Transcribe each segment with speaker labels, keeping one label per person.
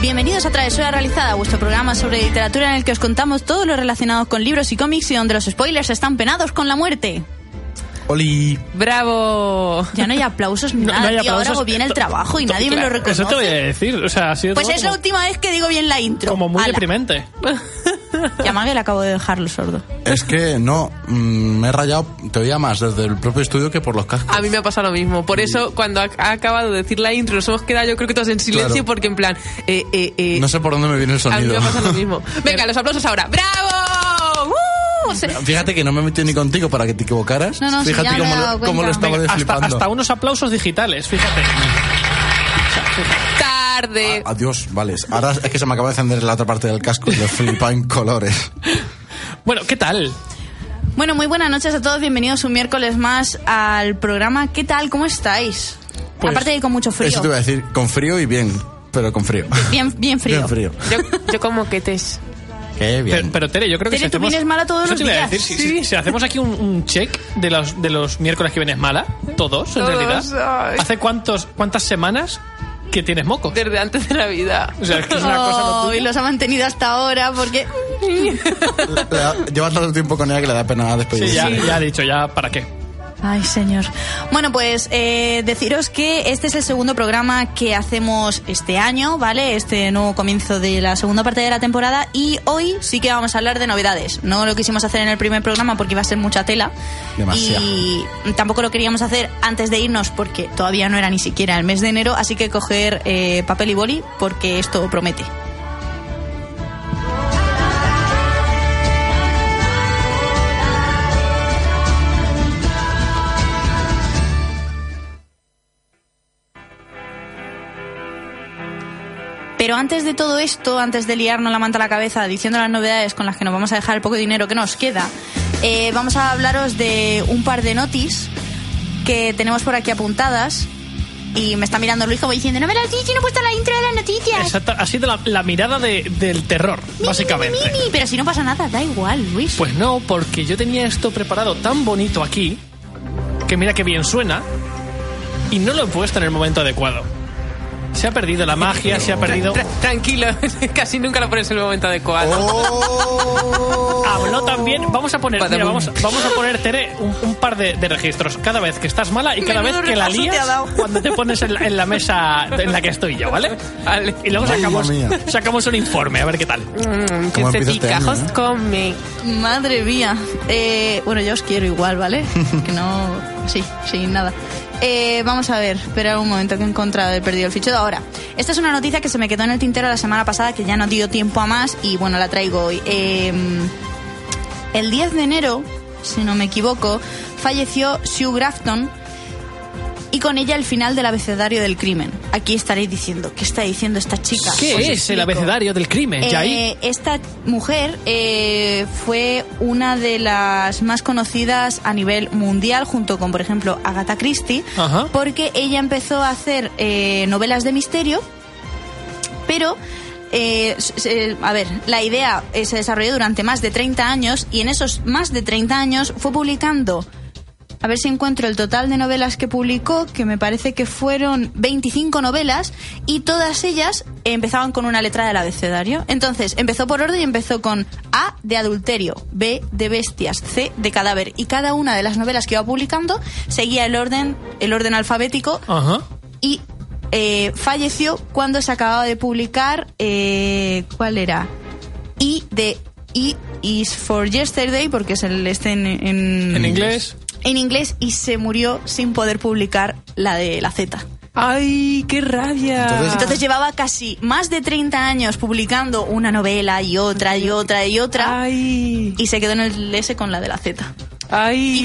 Speaker 1: Bienvenidos a Travesura Realizada, vuestro programa sobre literatura en el que os contamos todo lo relacionado con libros y cómics y donde los spoilers están penados con la muerte.
Speaker 2: Oli.
Speaker 3: ¡Bravo!
Speaker 1: Ya no hay aplausos ni
Speaker 4: No-
Speaker 1: nada,
Speaker 4: no hay
Speaker 1: tío. Ahora
Speaker 4: aplausos.
Speaker 1: hago bien el trabajo y nadie me lo
Speaker 4: Claro,
Speaker 1: reconoce.
Speaker 4: Eso te voy a decir. O sea, ha sido
Speaker 1: Pues
Speaker 4: todo
Speaker 1: es la
Speaker 4: como,
Speaker 1: última vez que digo bien la intro.
Speaker 4: como muy
Speaker 1: Ala.
Speaker 4: deprimente.
Speaker 1: Ya Maguel acabo de dejarlo sordo.
Speaker 2: Es que no, mm, me he rayado, te oía más desde el propio estudio que por los cascos.
Speaker 3: A mí me ha pasado lo mismo. Por eso, cuando ha, ha acabado de decir la intro, nos hemos quedado, yo creo que todos en silencio,
Speaker 2: Claro.
Speaker 3: porque en plan. eh, eh, eh,
Speaker 2: No sé por dónde me viene el
Speaker 3: a mí
Speaker 2: sonido.
Speaker 3: me pasa lo mismo. Venga, los aplausos ahora. ¡Bravo! ¡Uh! Se-
Speaker 2: Fíjate que no me he metido ni contigo para que te equivocaras.
Speaker 1: No, no, sí,
Speaker 2: Fíjate
Speaker 1: ya me he
Speaker 2: cómo,
Speaker 1: dado
Speaker 2: lo, cómo lo
Speaker 1: cuenta.
Speaker 2: estaba
Speaker 4: Venga, hasta,
Speaker 2: deslipando.
Speaker 4: hasta unos aplausos digitales, fíjate.
Speaker 3: Tarde.
Speaker 2: Adiós, vale. Ahora es que se me acaba de encender la otra parte del casco y lo flipa en colores.
Speaker 4: Bueno, ¿qué tal?
Speaker 1: Bueno, muy buenas noches a todos. Bienvenidos un miércoles más al programa. ¿Qué tal? ¿Cómo estáis?
Speaker 4: Pues,
Speaker 1: Aparte de con mucho frío.
Speaker 2: Eso te iba a decir, con frío y bien, pero con frío.
Speaker 1: Bien, bien frío.
Speaker 2: Bien frío.
Speaker 3: Yo, yo como que te.
Speaker 2: Qué bien.
Speaker 4: Pero, pero, Tere, yo creo que
Speaker 1: Tere,
Speaker 4: si
Speaker 1: tú
Speaker 4: hacemos...
Speaker 1: vienes mala todos
Speaker 4: Eso
Speaker 1: los
Speaker 4: te iba a
Speaker 1: días.
Speaker 4: decir, si, si- si hacemos aquí un, un check de los, de los miércoles que vienes mala, todos, en
Speaker 3: Todos,
Speaker 4: realidad.
Speaker 3: ay.
Speaker 4: ¿Hace cuántos, cuántas semanas que tienes moco?
Speaker 3: Desde antes de Navidad.
Speaker 4: O sea, es que es una cosa no
Speaker 1: Oh, y
Speaker 4: tuya.
Speaker 1: los ha mantenido hasta ahora porque...
Speaker 2: Le da- Llevas tanto tiempo con ella que le da pena despedirse.
Speaker 4: Sí, ya, ya he dicho, ya, ¿para qué?
Speaker 1: Ay, señor. Bueno, pues eh, deciros que este es el segundo programa que hacemos este año, ¿vale? Este nuevo comienzo de la segunda parte de la temporada y hoy sí que vamos a hablar de novedades. No lo quisimos hacer en el primer programa porque iba a ser mucha tela.
Speaker 2: Demasiado.
Speaker 1: Y tampoco lo queríamos hacer antes de irnos porque todavía no era ni siquiera el mes de enero, así que coger eh, papel y boli porque esto promete. Pero antes de todo esto, antes de liarnos la manta a la cabeza diciendo las novedades con las que nos vamos a dejar el poco dinero que nos queda, eh, vamos a hablaros de un par de notis que tenemos por aquí apuntadas. Y me está mirando Luis como diciendo, no me las dicho, no he puesto la intro de las noticias.
Speaker 4: Exacta, ha sido la, la mirada de- del terror,
Speaker 1: Mi,
Speaker 4: básicamente.
Speaker 1: mi, mi, mi. Pero si no pasa nada, da igual, Luis.
Speaker 4: Pues no, porque yo tenía esto preparado tan bonito aquí, que mira que bien suena, y no lo he puesto en el momento adecuado. Se ha perdido la magia, se ha perdido...
Speaker 3: Tra- tranquilo, casi nunca lo pones en el momento adecuado.
Speaker 2: ¡Oh!
Speaker 4: Habló también, vamos a poner, mira,
Speaker 3: Badabum.
Speaker 4: vamos, vamos a poner, Tere, un, un par de, de registros. Cada vez que estás mala y cada
Speaker 1: Menudo
Speaker 4: vez que la
Speaker 1: repaso te ha
Speaker 4: lías,
Speaker 1: dado.
Speaker 4: cuando te pones en la, en la mesa en la que estoy yo, ¿vale?
Speaker 3: Vale.
Speaker 4: Y luego
Speaker 2: Madre
Speaker 4: sacamos,
Speaker 2: mía.
Speaker 4: sacamos un informe, a ver qué tal.
Speaker 3: Mm,
Speaker 2: ¿Cómo
Speaker 3: que
Speaker 2: empieza
Speaker 3: se
Speaker 2: este
Speaker 3: pica,
Speaker 2: año,
Speaker 3: host
Speaker 2: eh?
Speaker 3: come.
Speaker 1: Madre mía. Eh, bueno, yo os quiero igual, ¿vale? Que no. Sí, sí, nada. Eh, vamos a ver, espera un momento que he encontrado, he perdido el fichero. Ahora, esta es una noticia que se me quedó en el tintero la semana pasada, que ya no dio tiempo a más, y bueno, la traigo hoy. Eh, el 10 de enero, si no me equivoco, falleció Sue Grafton, y con ella el final del abecedario del crimen. Aquí estaréis diciendo, ¿qué está diciendo esta chica?
Speaker 4: ¿Qué
Speaker 1: Os
Speaker 4: es el
Speaker 1: explico.
Speaker 4: abecedario del crimen, Yair?
Speaker 1: Eh, esta mujer eh, fue una de las más conocidas a nivel mundial, junto con, por ejemplo, Agatha Christie,
Speaker 4: Ajá.
Speaker 1: porque ella empezó a hacer eh, novelas de misterio, pero... eh, s- s- a ver, la idea eh, se desarrolló durante más de 30 años y en esos más de 30 años fue publicando, a ver si encuentro el total de novelas que publicó, que me parece que fueron 25 novelas y todas ellas empezaban con una letra del abecedario. Entonces, empezó por orden y empezó con A de adulterio, B de bestias, C de cadáver y cada una de las novelas que iba publicando seguía el orden, el orden alfabético
Speaker 4: Ajá.
Speaker 1: y eh, falleció cuando se acababa de publicar. eh, ¿Cuál era? I de I is for yesterday, porque es el este en, en.
Speaker 4: En inglés.
Speaker 1: En inglés, y se murió sin poder publicar la de la Z.
Speaker 3: Ay, qué rabia.
Speaker 2: Entonces-
Speaker 1: Entonces llevaba casi más de 30 años publicando una novela y otra y otra y otra.
Speaker 3: Ay.
Speaker 1: Y se quedó en el S con la de la Z.
Speaker 3: Ay.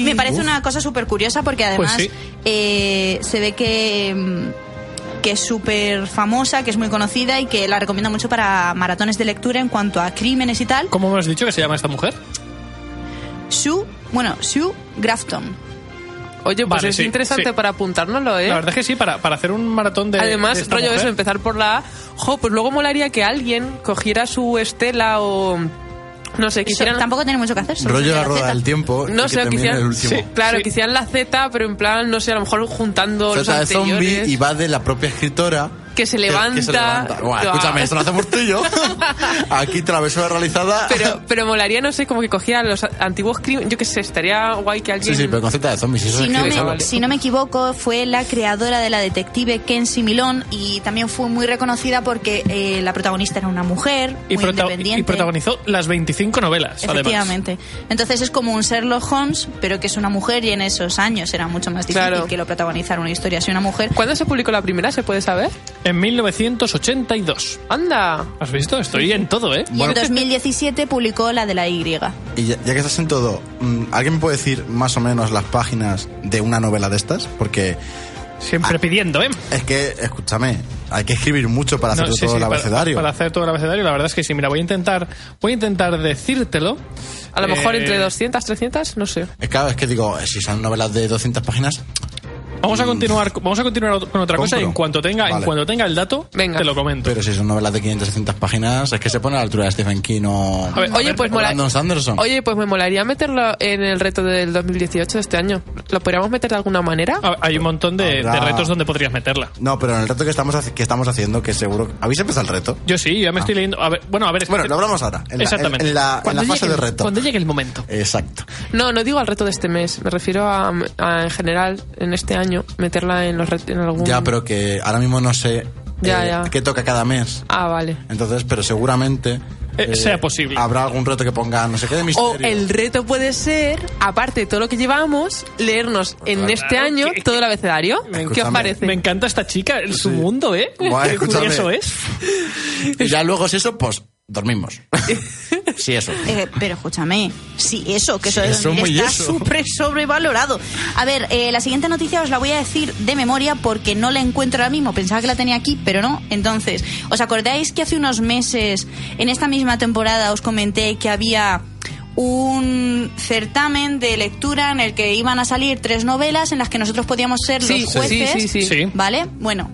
Speaker 1: Y me parece una cosa súper curiosa porque además
Speaker 4: Pues sí.
Speaker 1: eh, se ve que, mm, que es súper famosa, que es muy conocida y que la recomiendo mucho para maratones de lectura en cuanto a crímenes y tal.
Speaker 4: ¿Cómo me has dicho que se llama esta mujer?
Speaker 1: Sue, bueno, Sue Grafton.
Speaker 3: Oye, pues
Speaker 4: Vale,
Speaker 3: es
Speaker 4: sí,
Speaker 3: interesante
Speaker 4: sí.
Speaker 3: para apuntárnoslo, ¿eh?
Speaker 4: La verdad es que sí, para, para hacer un maratón de.
Speaker 3: Además,
Speaker 4: de esta
Speaker 3: rollo
Speaker 4: mujer.
Speaker 3: eso, empezar por la A. Jo, pues luego molaría que alguien cogiera su estela o. No sé,
Speaker 1: Eso,
Speaker 3: quisieran.
Speaker 1: Tampoco tiene mucho que hacer. solo
Speaker 2: Rollo
Speaker 1: sería
Speaker 2: la rueda
Speaker 1: Z.
Speaker 2: del tiempo.
Speaker 3: No
Speaker 2: y
Speaker 3: sé,
Speaker 2: que
Speaker 3: o
Speaker 2: termine
Speaker 3: quisieran.
Speaker 2: el último.
Speaker 4: Sí.
Speaker 3: Claro, quisieran la Z, pero en plan, no sé, a lo mejor juntando los
Speaker 2: Z de zombie
Speaker 3: anteriores.
Speaker 2: y va de la propia escritora.
Speaker 3: Que se levanta.
Speaker 2: se levanta. Buah,
Speaker 3: Buah.
Speaker 2: escúchame, esto lo hacemos tú y yo. Aquí travesura realizada.
Speaker 3: Pero, pero molaría, no sé, como que cogiera los antiguos crímenes. Yo qué sé, estaría guay que alguien.
Speaker 2: Sí, sí, pero con Z de zombies. Eso
Speaker 1: Si
Speaker 2: es
Speaker 1: no,
Speaker 2: que
Speaker 3: esa
Speaker 1: me,
Speaker 3: vale.
Speaker 1: si no me equivoco, fue la creadora de la detective Kenzie Milón y también fue muy reconocida porque eh, la protagonista era una mujer,
Speaker 4: Y,
Speaker 1: muy
Speaker 4: prota-
Speaker 1: independiente.
Speaker 4: y protagonizó las 25 novelas, además.
Speaker 1: Efectivamente. Entonces es como un Sherlock Holmes, pero que es una mujer y en esos años era mucho más difícil
Speaker 3: Claro.
Speaker 1: que lo protagonizar una historia así una mujer.
Speaker 3: ¿Cuándo se publicó la primera? ¿Se puede saber?
Speaker 4: En 1982.
Speaker 3: Anda.
Speaker 4: ¿Has visto? Estoy en todo, ¿eh?
Speaker 1: Y
Speaker 2: Bueno.
Speaker 1: en 2017 publicó la de la Y.
Speaker 2: Y ya, ya que estás en todo, mm, ¿alguien me puede decir más o menos las páginas de una novela de estas? Porque Ah.
Speaker 4: Siempre pidiendo, ¿eh?
Speaker 2: es que, escúchame, hay que escribir mucho para hacer
Speaker 4: No, sí,
Speaker 2: todo
Speaker 4: sí,
Speaker 2: el
Speaker 4: para-
Speaker 2: abecedario.
Speaker 4: Para, hacer todo el abecedario, la verdad es que sí. Mira, voy a intentar, voy a intentar decírtelo.
Speaker 3: A lo mejor
Speaker 4: Eh,
Speaker 3: entre 200, 300, no sé.
Speaker 2: Es claro, es que digo, eh, si son novelas de 200 páginas,
Speaker 4: Vamos a continuar, vamos a continuar con otra cosa y
Speaker 2: Mm. Compro.
Speaker 4: en cuanto tenga, en
Speaker 2: Vale.
Speaker 4: cuanto tenga el dato,
Speaker 3: Venga.
Speaker 4: te lo comento.
Speaker 2: pero si son novelas de 500, 600 páginas, es que se pone a la altura de Stephen King o...
Speaker 4: A ver,
Speaker 3: Oye, pues
Speaker 2: o
Speaker 3: mola-
Speaker 2: Brandon Sanderson.
Speaker 3: Oye, pues me molaría meterlo en el reto del 2018 de este año. ¿Lo podríamos meter de alguna manera?
Speaker 4: A- Hay un montón de,
Speaker 2: Habrá-
Speaker 4: de retos donde podrías meterla.
Speaker 2: No, pero en el reto que estamos, haci- que estamos haciendo, que seguro... ¿Habéis empezado el reto?
Speaker 4: Yo sí, yo ya me estoy leyendo. A ver, bueno, a ver. es que-
Speaker 2: Ah. Bueno, lo hablamos ahora, en la,
Speaker 4: Exactamente.
Speaker 2: en- en la- en
Speaker 4: Cuando
Speaker 2: la fase
Speaker 4: llegue-
Speaker 2: de reto.
Speaker 4: Cuando llegue el momento.
Speaker 2: Exacto.
Speaker 3: No, no digo al reto de este mes. Me refiero a, a, en general, en este año, meterla en, los ret- en
Speaker 4: Mm.
Speaker 3: algún...
Speaker 2: Ya, pero que ahora mismo no sé
Speaker 3: Ya,
Speaker 2: eh,
Speaker 3: ya.
Speaker 2: qué toca cada mes.
Speaker 3: Ah, vale.
Speaker 2: Entonces, pero seguramente...
Speaker 4: Eh, sea posible.
Speaker 2: Habrá algún reto que ponga no sé qué de misterio.
Speaker 3: O el reto puede ser, aparte de todo lo que llevamos, leernos en
Speaker 2: Claro.
Speaker 3: este año
Speaker 4: ¿Qué?
Speaker 3: todo el abecedario. ¿Qué os
Speaker 2: Escúchame.
Speaker 3: parece?
Speaker 4: Me encanta esta chica, en su mundo, ¿eh?
Speaker 2: Guau,
Speaker 4: Qué
Speaker 2: escúchame.
Speaker 4: curioso es.
Speaker 2: Y ya luego si eso, pues dormimos. sí, eso.
Speaker 1: Eh, pero escúchame, sí, eso, que eso,
Speaker 2: Sí, eso, muy
Speaker 1: está
Speaker 2: eso.
Speaker 1: súper sobrevalorado. A ver, eh, la siguiente noticia os la voy a decir de memoria porque no la encuentro ahora mismo. Pensaba que la tenía aquí, pero no. Entonces, ¿os acordáis que hace unos meses, en esta misma temporada, os comenté que había un certamen de lectura en el que iban a salir tres novelas en las que nosotros podíamos ser
Speaker 3: Sí,
Speaker 1: los
Speaker 3: sí,
Speaker 1: jueces?
Speaker 3: sí, sí.
Speaker 4: Sí.
Speaker 1: ¿Vale? Bueno.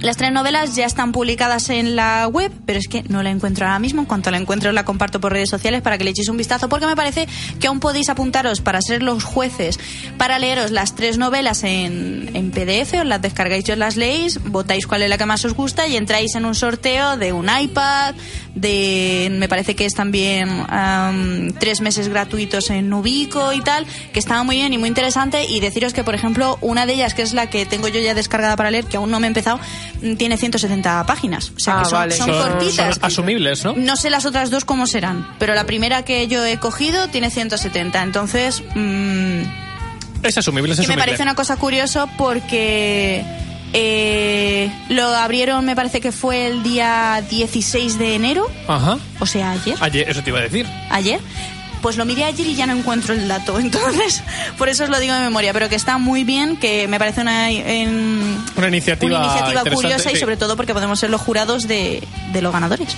Speaker 1: Las tres novelas ya están publicadas en la web, pero es que no la encuentro ahora mismo. En cuanto la encuentro, la comparto por redes sociales para que le echéis un vistazo, porque me parece que aún podéis apuntaros para ser los jueces, para leeros las tres novelas en, en PDF, os las descargáis y os las leéis, votáis cuál es la que más os gusta y entráis en un sorteo de un iPad, de me parece que es también am, tres meses gratuitos en Ubico y tal, que estaba muy bien y muy interesante. Y deciros que, por ejemplo, una de ellas, que es la que tengo yo ya descargada para leer, que aún no me he empezado, mm, tiene 170 páginas. O sea,
Speaker 3: Ah,
Speaker 1: que son,
Speaker 3: vale.
Speaker 1: son
Speaker 4: Son-
Speaker 1: cortitas. Mm.
Speaker 4: son asumibles, ¿no?
Speaker 1: No sé las otras dos cómo serán, pero la primera que yo he cogido tiene 170. Entonces, mm,
Speaker 4: Es asumible, es
Speaker 1: que me
Speaker 4: asumible.
Speaker 1: parece una cosa curiosa porque eh, lo abrieron, me parece que fue el día 16 de enero,
Speaker 4: Ajá.
Speaker 1: o sea, ayer.
Speaker 4: Ayer, eso te iba a decir.
Speaker 1: Ayer. Pues lo miré ayer y ya no encuentro el dato, entonces por eso os lo digo de memoria, pero que está muy bien, que me parece una, en-
Speaker 4: Una iniciativa
Speaker 1: una iniciativa
Speaker 4: interesante,
Speaker 1: curiosa y
Speaker 4: sí.
Speaker 1: sobre todo porque podemos ser los jurados de, de los ganadores.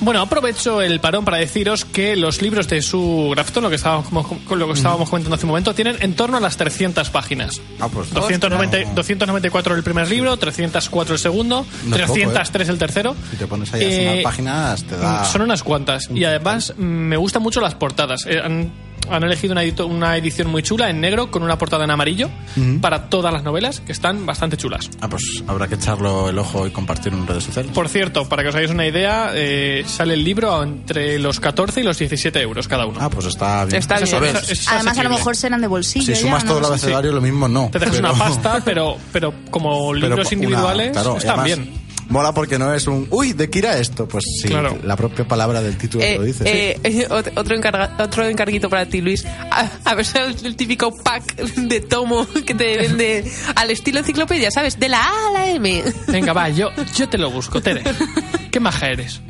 Speaker 4: Bueno, aprovecho el parón para deciros que los libros de su Grafton, lo que estábamos, como- con
Speaker 2: Mm.
Speaker 4: lo que estábamos comentando hace un momento, tienen en torno a las 300 páginas.
Speaker 2: Ah, pues,
Speaker 4: 290
Speaker 2: no.
Speaker 4: 294 el primer libro, 304 el segundo,
Speaker 2: No es poco, ¿eh?
Speaker 4: 303 el tercero.
Speaker 2: Si te pones ahí a hacer
Speaker 4: Eh, mm,
Speaker 2: unas páginas, te da...
Speaker 4: Son unas cuantas. Y además mm, me gustan mucho las portadas. Eh, han, han elegido una, edito- una edición muy chula en negro con una portada en amarillo para todas las novelas que están bastante chulas.
Speaker 2: Ah, pues habrá que echarlo el ojo y compartir en redes sociales.
Speaker 4: Por cierto, para que os hagáis una idea, eh, sale el libro entre los 14 y los 17 euros cada uno.
Speaker 2: Ah, pues está bien.
Speaker 3: Está
Speaker 2: A
Speaker 3: bien.
Speaker 2: ver,
Speaker 4: Es-
Speaker 1: Además
Speaker 4: es
Speaker 1: a lo
Speaker 4: asequible.
Speaker 1: mejor serán de bolsillo.
Speaker 2: si
Speaker 1: ya,
Speaker 2: sumas
Speaker 1: no
Speaker 2: todo el
Speaker 1: lo sé.
Speaker 2: abecedario, lo mismo no.
Speaker 4: Te dejas
Speaker 2: Pero-
Speaker 4: una pasta, pero, pero como
Speaker 2: pero
Speaker 4: libros
Speaker 2: una-
Speaker 4: individuales
Speaker 2: claro, y
Speaker 4: están
Speaker 2: además,
Speaker 4: bien.
Speaker 2: Mola porque no es un... Uy, ¿de qué irá esto? Pues sí,
Speaker 4: Claro.
Speaker 2: la propia palabra del título
Speaker 3: Eh,
Speaker 2: lo dice.
Speaker 3: eh, eh, ot- otro, encarga- otro encarguito para ti, Luis. A, a ver, el, el típico pack de tomo que te vende al estilo enciclopedia, ¿sabes? De la A a la M.
Speaker 4: Venga, va, yo, yo te lo busco, Tere. Qué maja eres.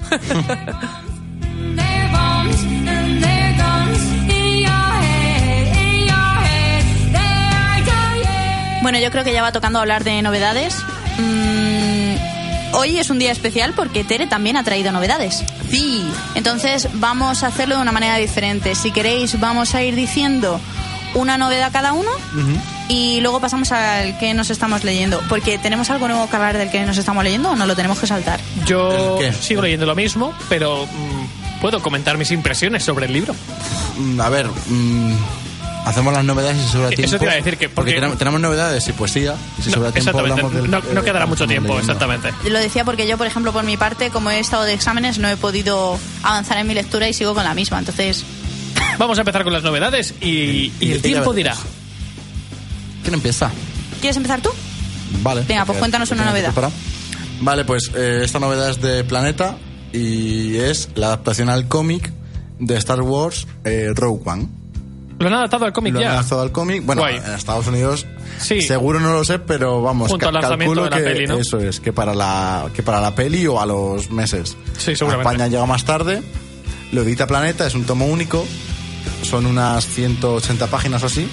Speaker 5: Their bombs and their guns in your head, in your head. They are dying.
Speaker 1: Bueno, yo creo que ya va tocando hablar de novedades. Mm, hoy es un día especial porque Tere también ha traído novedades.
Speaker 3: Sí.
Speaker 1: Entonces vamos a hacerlo de una manera diferente. Si queréis, vamos a ir diciendo una novedad cada uno y luego pasamos al que nos estamos leyendo. Porque tenemos algo nuevo que hablar del que nos estamos leyendo o no lo tenemos que saltar.
Speaker 4: Yo
Speaker 2: ¿El qué?
Speaker 4: sigo leyendo lo mismo, pero mm, puedo comentar mis impresiones sobre el libro.
Speaker 2: Mm, A ver, mm, hacemos las novedades y sobra
Speaker 4: Eso te
Speaker 2: tiempo.
Speaker 4: iba a decir que porque-
Speaker 2: porque, tenemos, tenemos novedades y poesía. Y si
Speaker 4: No,
Speaker 2: sobra tiempo
Speaker 4: exactamente,
Speaker 2: hablamos del-
Speaker 4: no, no quedará
Speaker 2: eh,
Speaker 4: mucho tiempo,
Speaker 2: leyendo.
Speaker 4: exactamente.
Speaker 1: Lo decía porque yo, por ejemplo, por mi parte, como he estado de exámenes, no he podido avanzar en mi lectura y sigo con la misma. Entonces,
Speaker 4: Vamos a empezar con las novedades y, y
Speaker 2: Y-
Speaker 4: el
Speaker 2: y ya
Speaker 4: tiempo
Speaker 2: veremos.
Speaker 4: dirá.
Speaker 2: ¿Quién empieza?
Speaker 1: ¿quieres empezar tú?
Speaker 2: Vale.
Speaker 1: Venga, pues
Speaker 2: Porque-
Speaker 1: cuéntanos una
Speaker 2: porque
Speaker 1: novedad.
Speaker 2: tengo que preparar. Vale, pues eh, esta novedad es de Planeta y es la adaptación al cómic de Star Wars eh, Rogue One.
Speaker 4: Lo han adaptado al cómic
Speaker 2: Lo han
Speaker 4: ya.
Speaker 2: lanzado al cómic. Bueno,
Speaker 4: Guay.
Speaker 2: en Estados Unidos
Speaker 4: Sí.
Speaker 2: seguro no lo sé, pero vamos,
Speaker 4: Junto
Speaker 2: ca-
Speaker 4: al lanzamiento
Speaker 2: calculo
Speaker 4: de la
Speaker 2: que
Speaker 4: peli, ¿no?
Speaker 2: eso es, que para la que para la peli o a los meses.
Speaker 4: Sí,
Speaker 2: A
Speaker 4: seguramente.
Speaker 2: España llega más tarde. Lo edita Planeta, es un tomo único. Son unas 180 páginas o así.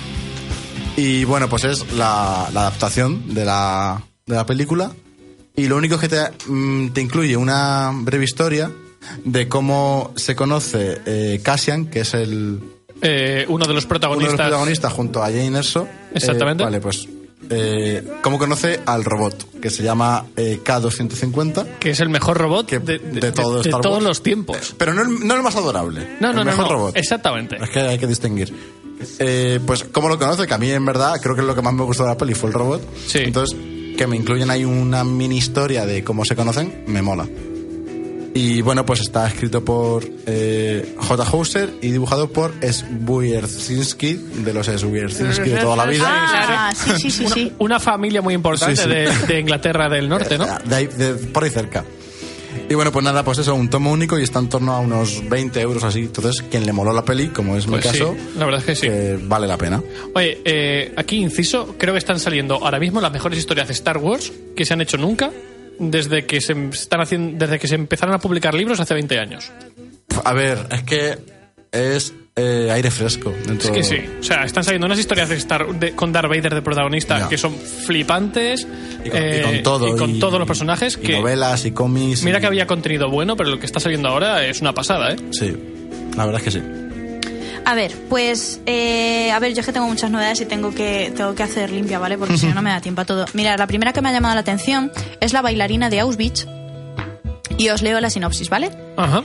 Speaker 2: Y bueno, pues es la, la adaptación de la, de la película. Y lo único es que te, mm, te incluye una breve historia de cómo se conoce eh, Cassian, que es el,
Speaker 4: Eh, uno de los
Speaker 2: uno de
Speaker 4: protagonistas.
Speaker 2: los protagonistas junto a Jane Erso.
Speaker 4: Exactamente.
Speaker 2: Eh, vale, pues. eh, ¿Cómo conoce al robot? Que se llama eh, K250.
Speaker 4: que es el mejor robot
Speaker 2: Que-
Speaker 4: de,
Speaker 2: de todo Star
Speaker 4: todos
Speaker 2: Wars.
Speaker 4: los tiempos.
Speaker 2: Pero no el, no el más adorable.
Speaker 4: No, no,
Speaker 2: el
Speaker 4: no,
Speaker 2: mejor
Speaker 4: no,
Speaker 2: robot.
Speaker 4: exactamente.
Speaker 2: Es que hay que distinguir. Eh, pues, ¿cómo lo conoce? Que a mí, en verdad, creo que es lo que más me gustó de la peli fue el robot.
Speaker 4: Sí.
Speaker 2: Entonces, que me incluyan ahí una mini historia de cómo se conocen, me mola. Y bueno, pues está escrito por eh, J. Hauser y dibujado por Swierczynski, de los Swierczynski de toda la vida.
Speaker 1: Ah, sí, sí, sí, sí.
Speaker 4: Una familia muy importante
Speaker 2: Sí, sí.
Speaker 4: De, de Inglaterra del Norte, ¿no?
Speaker 2: Ah, De ahí- de- por ahí cerca. Y bueno, pues nada, pues eso, un tomo único y está en torno a unos 20 euros así. Entonces, quien le moló la peli, como es
Speaker 4: Pues
Speaker 2: mi
Speaker 4: sí,
Speaker 2: caso,
Speaker 4: la verdad es que sí.
Speaker 2: eh, vale la pena.
Speaker 4: Oye, eh, aquí inciso, creo que están saliendo ahora mismo las mejores historias de Star Wars que se han hecho nunca desde que se están haciendo, desde que se empezaron a publicar libros hace 20 años.
Speaker 2: Pf, A ver, es que es eh, aire fresco.
Speaker 4: Es
Speaker 2: Dentro...
Speaker 4: que sí, o sea, están saliendo unas historias de Star, de- con Darth Vader de protagonista
Speaker 2: Ya.
Speaker 4: que son flipantes
Speaker 2: Y con, y
Speaker 4: eh,
Speaker 2: con todo.
Speaker 4: y con
Speaker 2: y-
Speaker 4: todos los personajes
Speaker 2: y
Speaker 4: que
Speaker 2: novelas y cómics.
Speaker 4: mira
Speaker 2: y-
Speaker 4: que había contenido bueno, pero lo que está saliendo ahora es una pasada, ¿eh?
Speaker 2: Sí, la verdad es que sí.
Speaker 1: A ver, pues, eh, a ver, yo es que tengo muchas novedades y tengo que, tengo que hacer limpia, ¿vale? Porque si no, no me da tiempo a todo. Mira, la primera que me ha llamado la atención es la bailarina de Auschwitz. Y os leo la sinopsis, ¿vale?
Speaker 4: Ajá.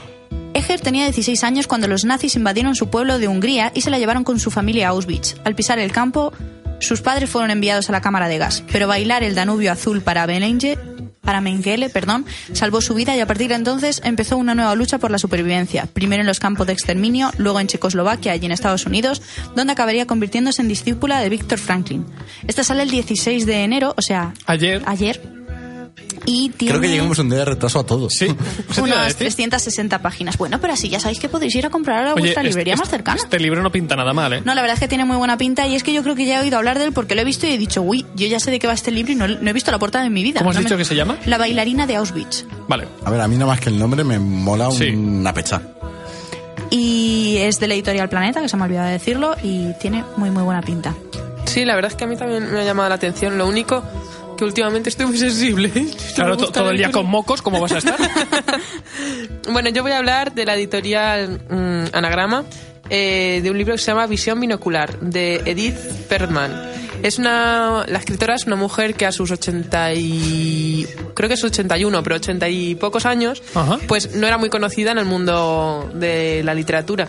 Speaker 1: Eger tenía 16 años cuando los nazis invadieron su pueblo de Hungría y se la llevaron con su familia a Auschwitz. Al pisar el campo, sus padres fueron enviados a la cámara de gas, pero bailar el Danubio azul para Benenge, para Mengele, perdón, salvó su vida y a partir de entonces empezó una nueva lucha por la supervivencia, primero en los campos de exterminio, luego en Checoslovaquia y en Estados Unidos, donde acabaría convirtiéndose en discípula de Víctor Franklin. Esta sale el 16 de enero, o sea,
Speaker 4: Ayer.
Speaker 1: ayer. Y tiene
Speaker 2: Creo que llegamos un día de retraso a todos.
Speaker 4: Sí. ¿Eso te iba a
Speaker 1: unas
Speaker 4: decir?
Speaker 1: 360 páginas. Bueno, pero así ya sabéis que podéis ir a comprar a
Speaker 4: Oye,
Speaker 1: vuestra
Speaker 4: este-
Speaker 1: librería más
Speaker 4: este-
Speaker 1: cercana.
Speaker 4: Este libro no pinta nada mal, ¿eh?
Speaker 1: No, la verdad es que tiene muy buena pinta y es que yo creo que ya he oído hablar de él porque lo he visto y he dicho, uy, yo ya sé de qué va este libro y no, no he visto la portada en mi vida.
Speaker 4: ¿Cómo has
Speaker 1: No
Speaker 4: dicho que se llama?
Speaker 1: La bailarina de Auschwitz.
Speaker 4: Vale.
Speaker 2: A ver, a mí nada más que el nombre me mola un-
Speaker 4: Sí.
Speaker 2: una pecha.
Speaker 1: Y es de la editorial Planeta, que se me ha olvidado de decirlo, y tiene muy, muy buena pinta.
Speaker 3: Sí, la verdad es que a mí también me ha llamado la atención. Lo único que últimamente estoy muy sensible.
Speaker 4: Claro,
Speaker 1: Este
Speaker 3: No me
Speaker 4: to-
Speaker 3: gusta
Speaker 4: todo el
Speaker 3: la
Speaker 4: día con
Speaker 3: lectura.
Speaker 4: mocos, ¿cómo vas a estar?
Speaker 3: Bueno, yo voy a hablar de la editorial mm, Anagrama, eh, de un libro que se llama Visión Binocular, de Edith Perman. Es una, la escritora es una mujer que a sus 80 y, creo que es 81, pero 80 y pocos años,
Speaker 4: Ajá.
Speaker 3: pues no era muy conocida en el mundo de la literatura.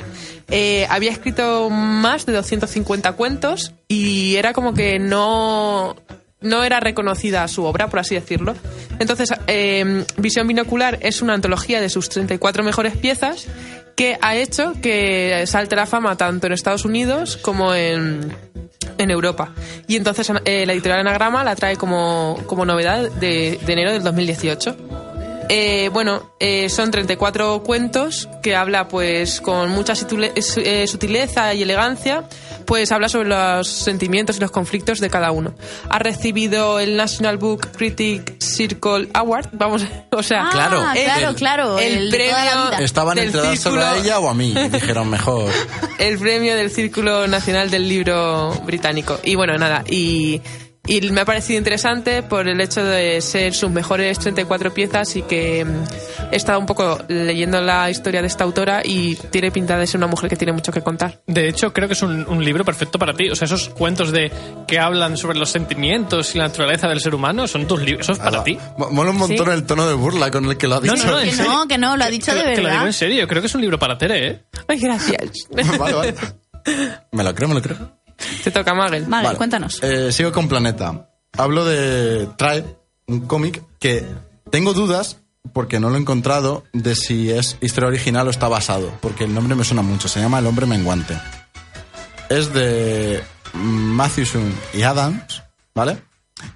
Speaker 3: Eh, había escrito más de 250 cuentos y era como que no, no era reconocida su obra, por así decirlo. Entonces, eh, Visión Binocular es una antología de sus 34 mejores piezas que ha hecho que salte a la fama tanto en Estados Unidos como en, en Europa. Y entonces eh, la editorial Anagrama la trae como, como novedad de, de enero del 2018. Eh, bueno, eh, son 34 cuentos que habla pues con mucha situle- su- eh, sutileza y elegancia, pues habla sobre los sentimientos y los conflictos de cada uno. Ha recibido el National Book Critic Circle Award, vamos, o sea,
Speaker 1: Ah,
Speaker 2: Claro,
Speaker 1: claro, claro.
Speaker 2: el-
Speaker 3: el
Speaker 1: de toda la
Speaker 3: premio-
Speaker 1: vida.
Speaker 2: Estaban
Speaker 3: Del
Speaker 2: entre dárselo a
Speaker 3: círculo.
Speaker 2: ella o a mí. y dijeron mejor.
Speaker 3: el premio del Círculo Nacional del Libro Británico. Y bueno, nada, y, Y me ha parecido interesante por el hecho de ser sus mejores 34 piezas y que mm, he estado un poco leyendo la historia de esta autora y tiene pinta de ser una mujer que tiene mucho que contar.
Speaker 4: De hecho, creo que es un, un libro perfecto para ti. O sea, esos cuentos de que hablan sobre los sentimientos y la naturaleza del ser humano son tus libros. Eso es para
Speaker 2: Ah,
Speaker 4: ti.
Speaker 2: mo- Mola un montón
Speaker 3: Sí.
Speaker 2: el tono de burla con el que lo ha dicho.
Speaker 4: No, no,
Speaker 1: Que
Speaker 4: en
Speaker 1: no,
Speaker 4: serio.
Speaker 1: que no, lo ha dicho
Speaker 4: Te
Speaker 1: de
Speaker 4: lo- Te lo digo en
Speaker 1: verdad.
Speaker 4: serio. Creo que es un libro para Tere, ¿eh?
Speaker 3: Ay, gracias.
Speaker 2: vale, vale. Me lo creo, me lo creo.
Speaker 3: Te toca, Magel.
Speaker 1: Vale,
Speaker 2: Vale.
Speaker 1: cuéntanos.
Speaker 2: Eh, sigo con Planeta. Hablo de Tribe, un cómic que tengo dudas porque no lo he encontrado de si es historia original o está basado, porque el nombre me suena mucho. Se llama El hombre menguante. Es de Matthewson y Adams, ¿vale?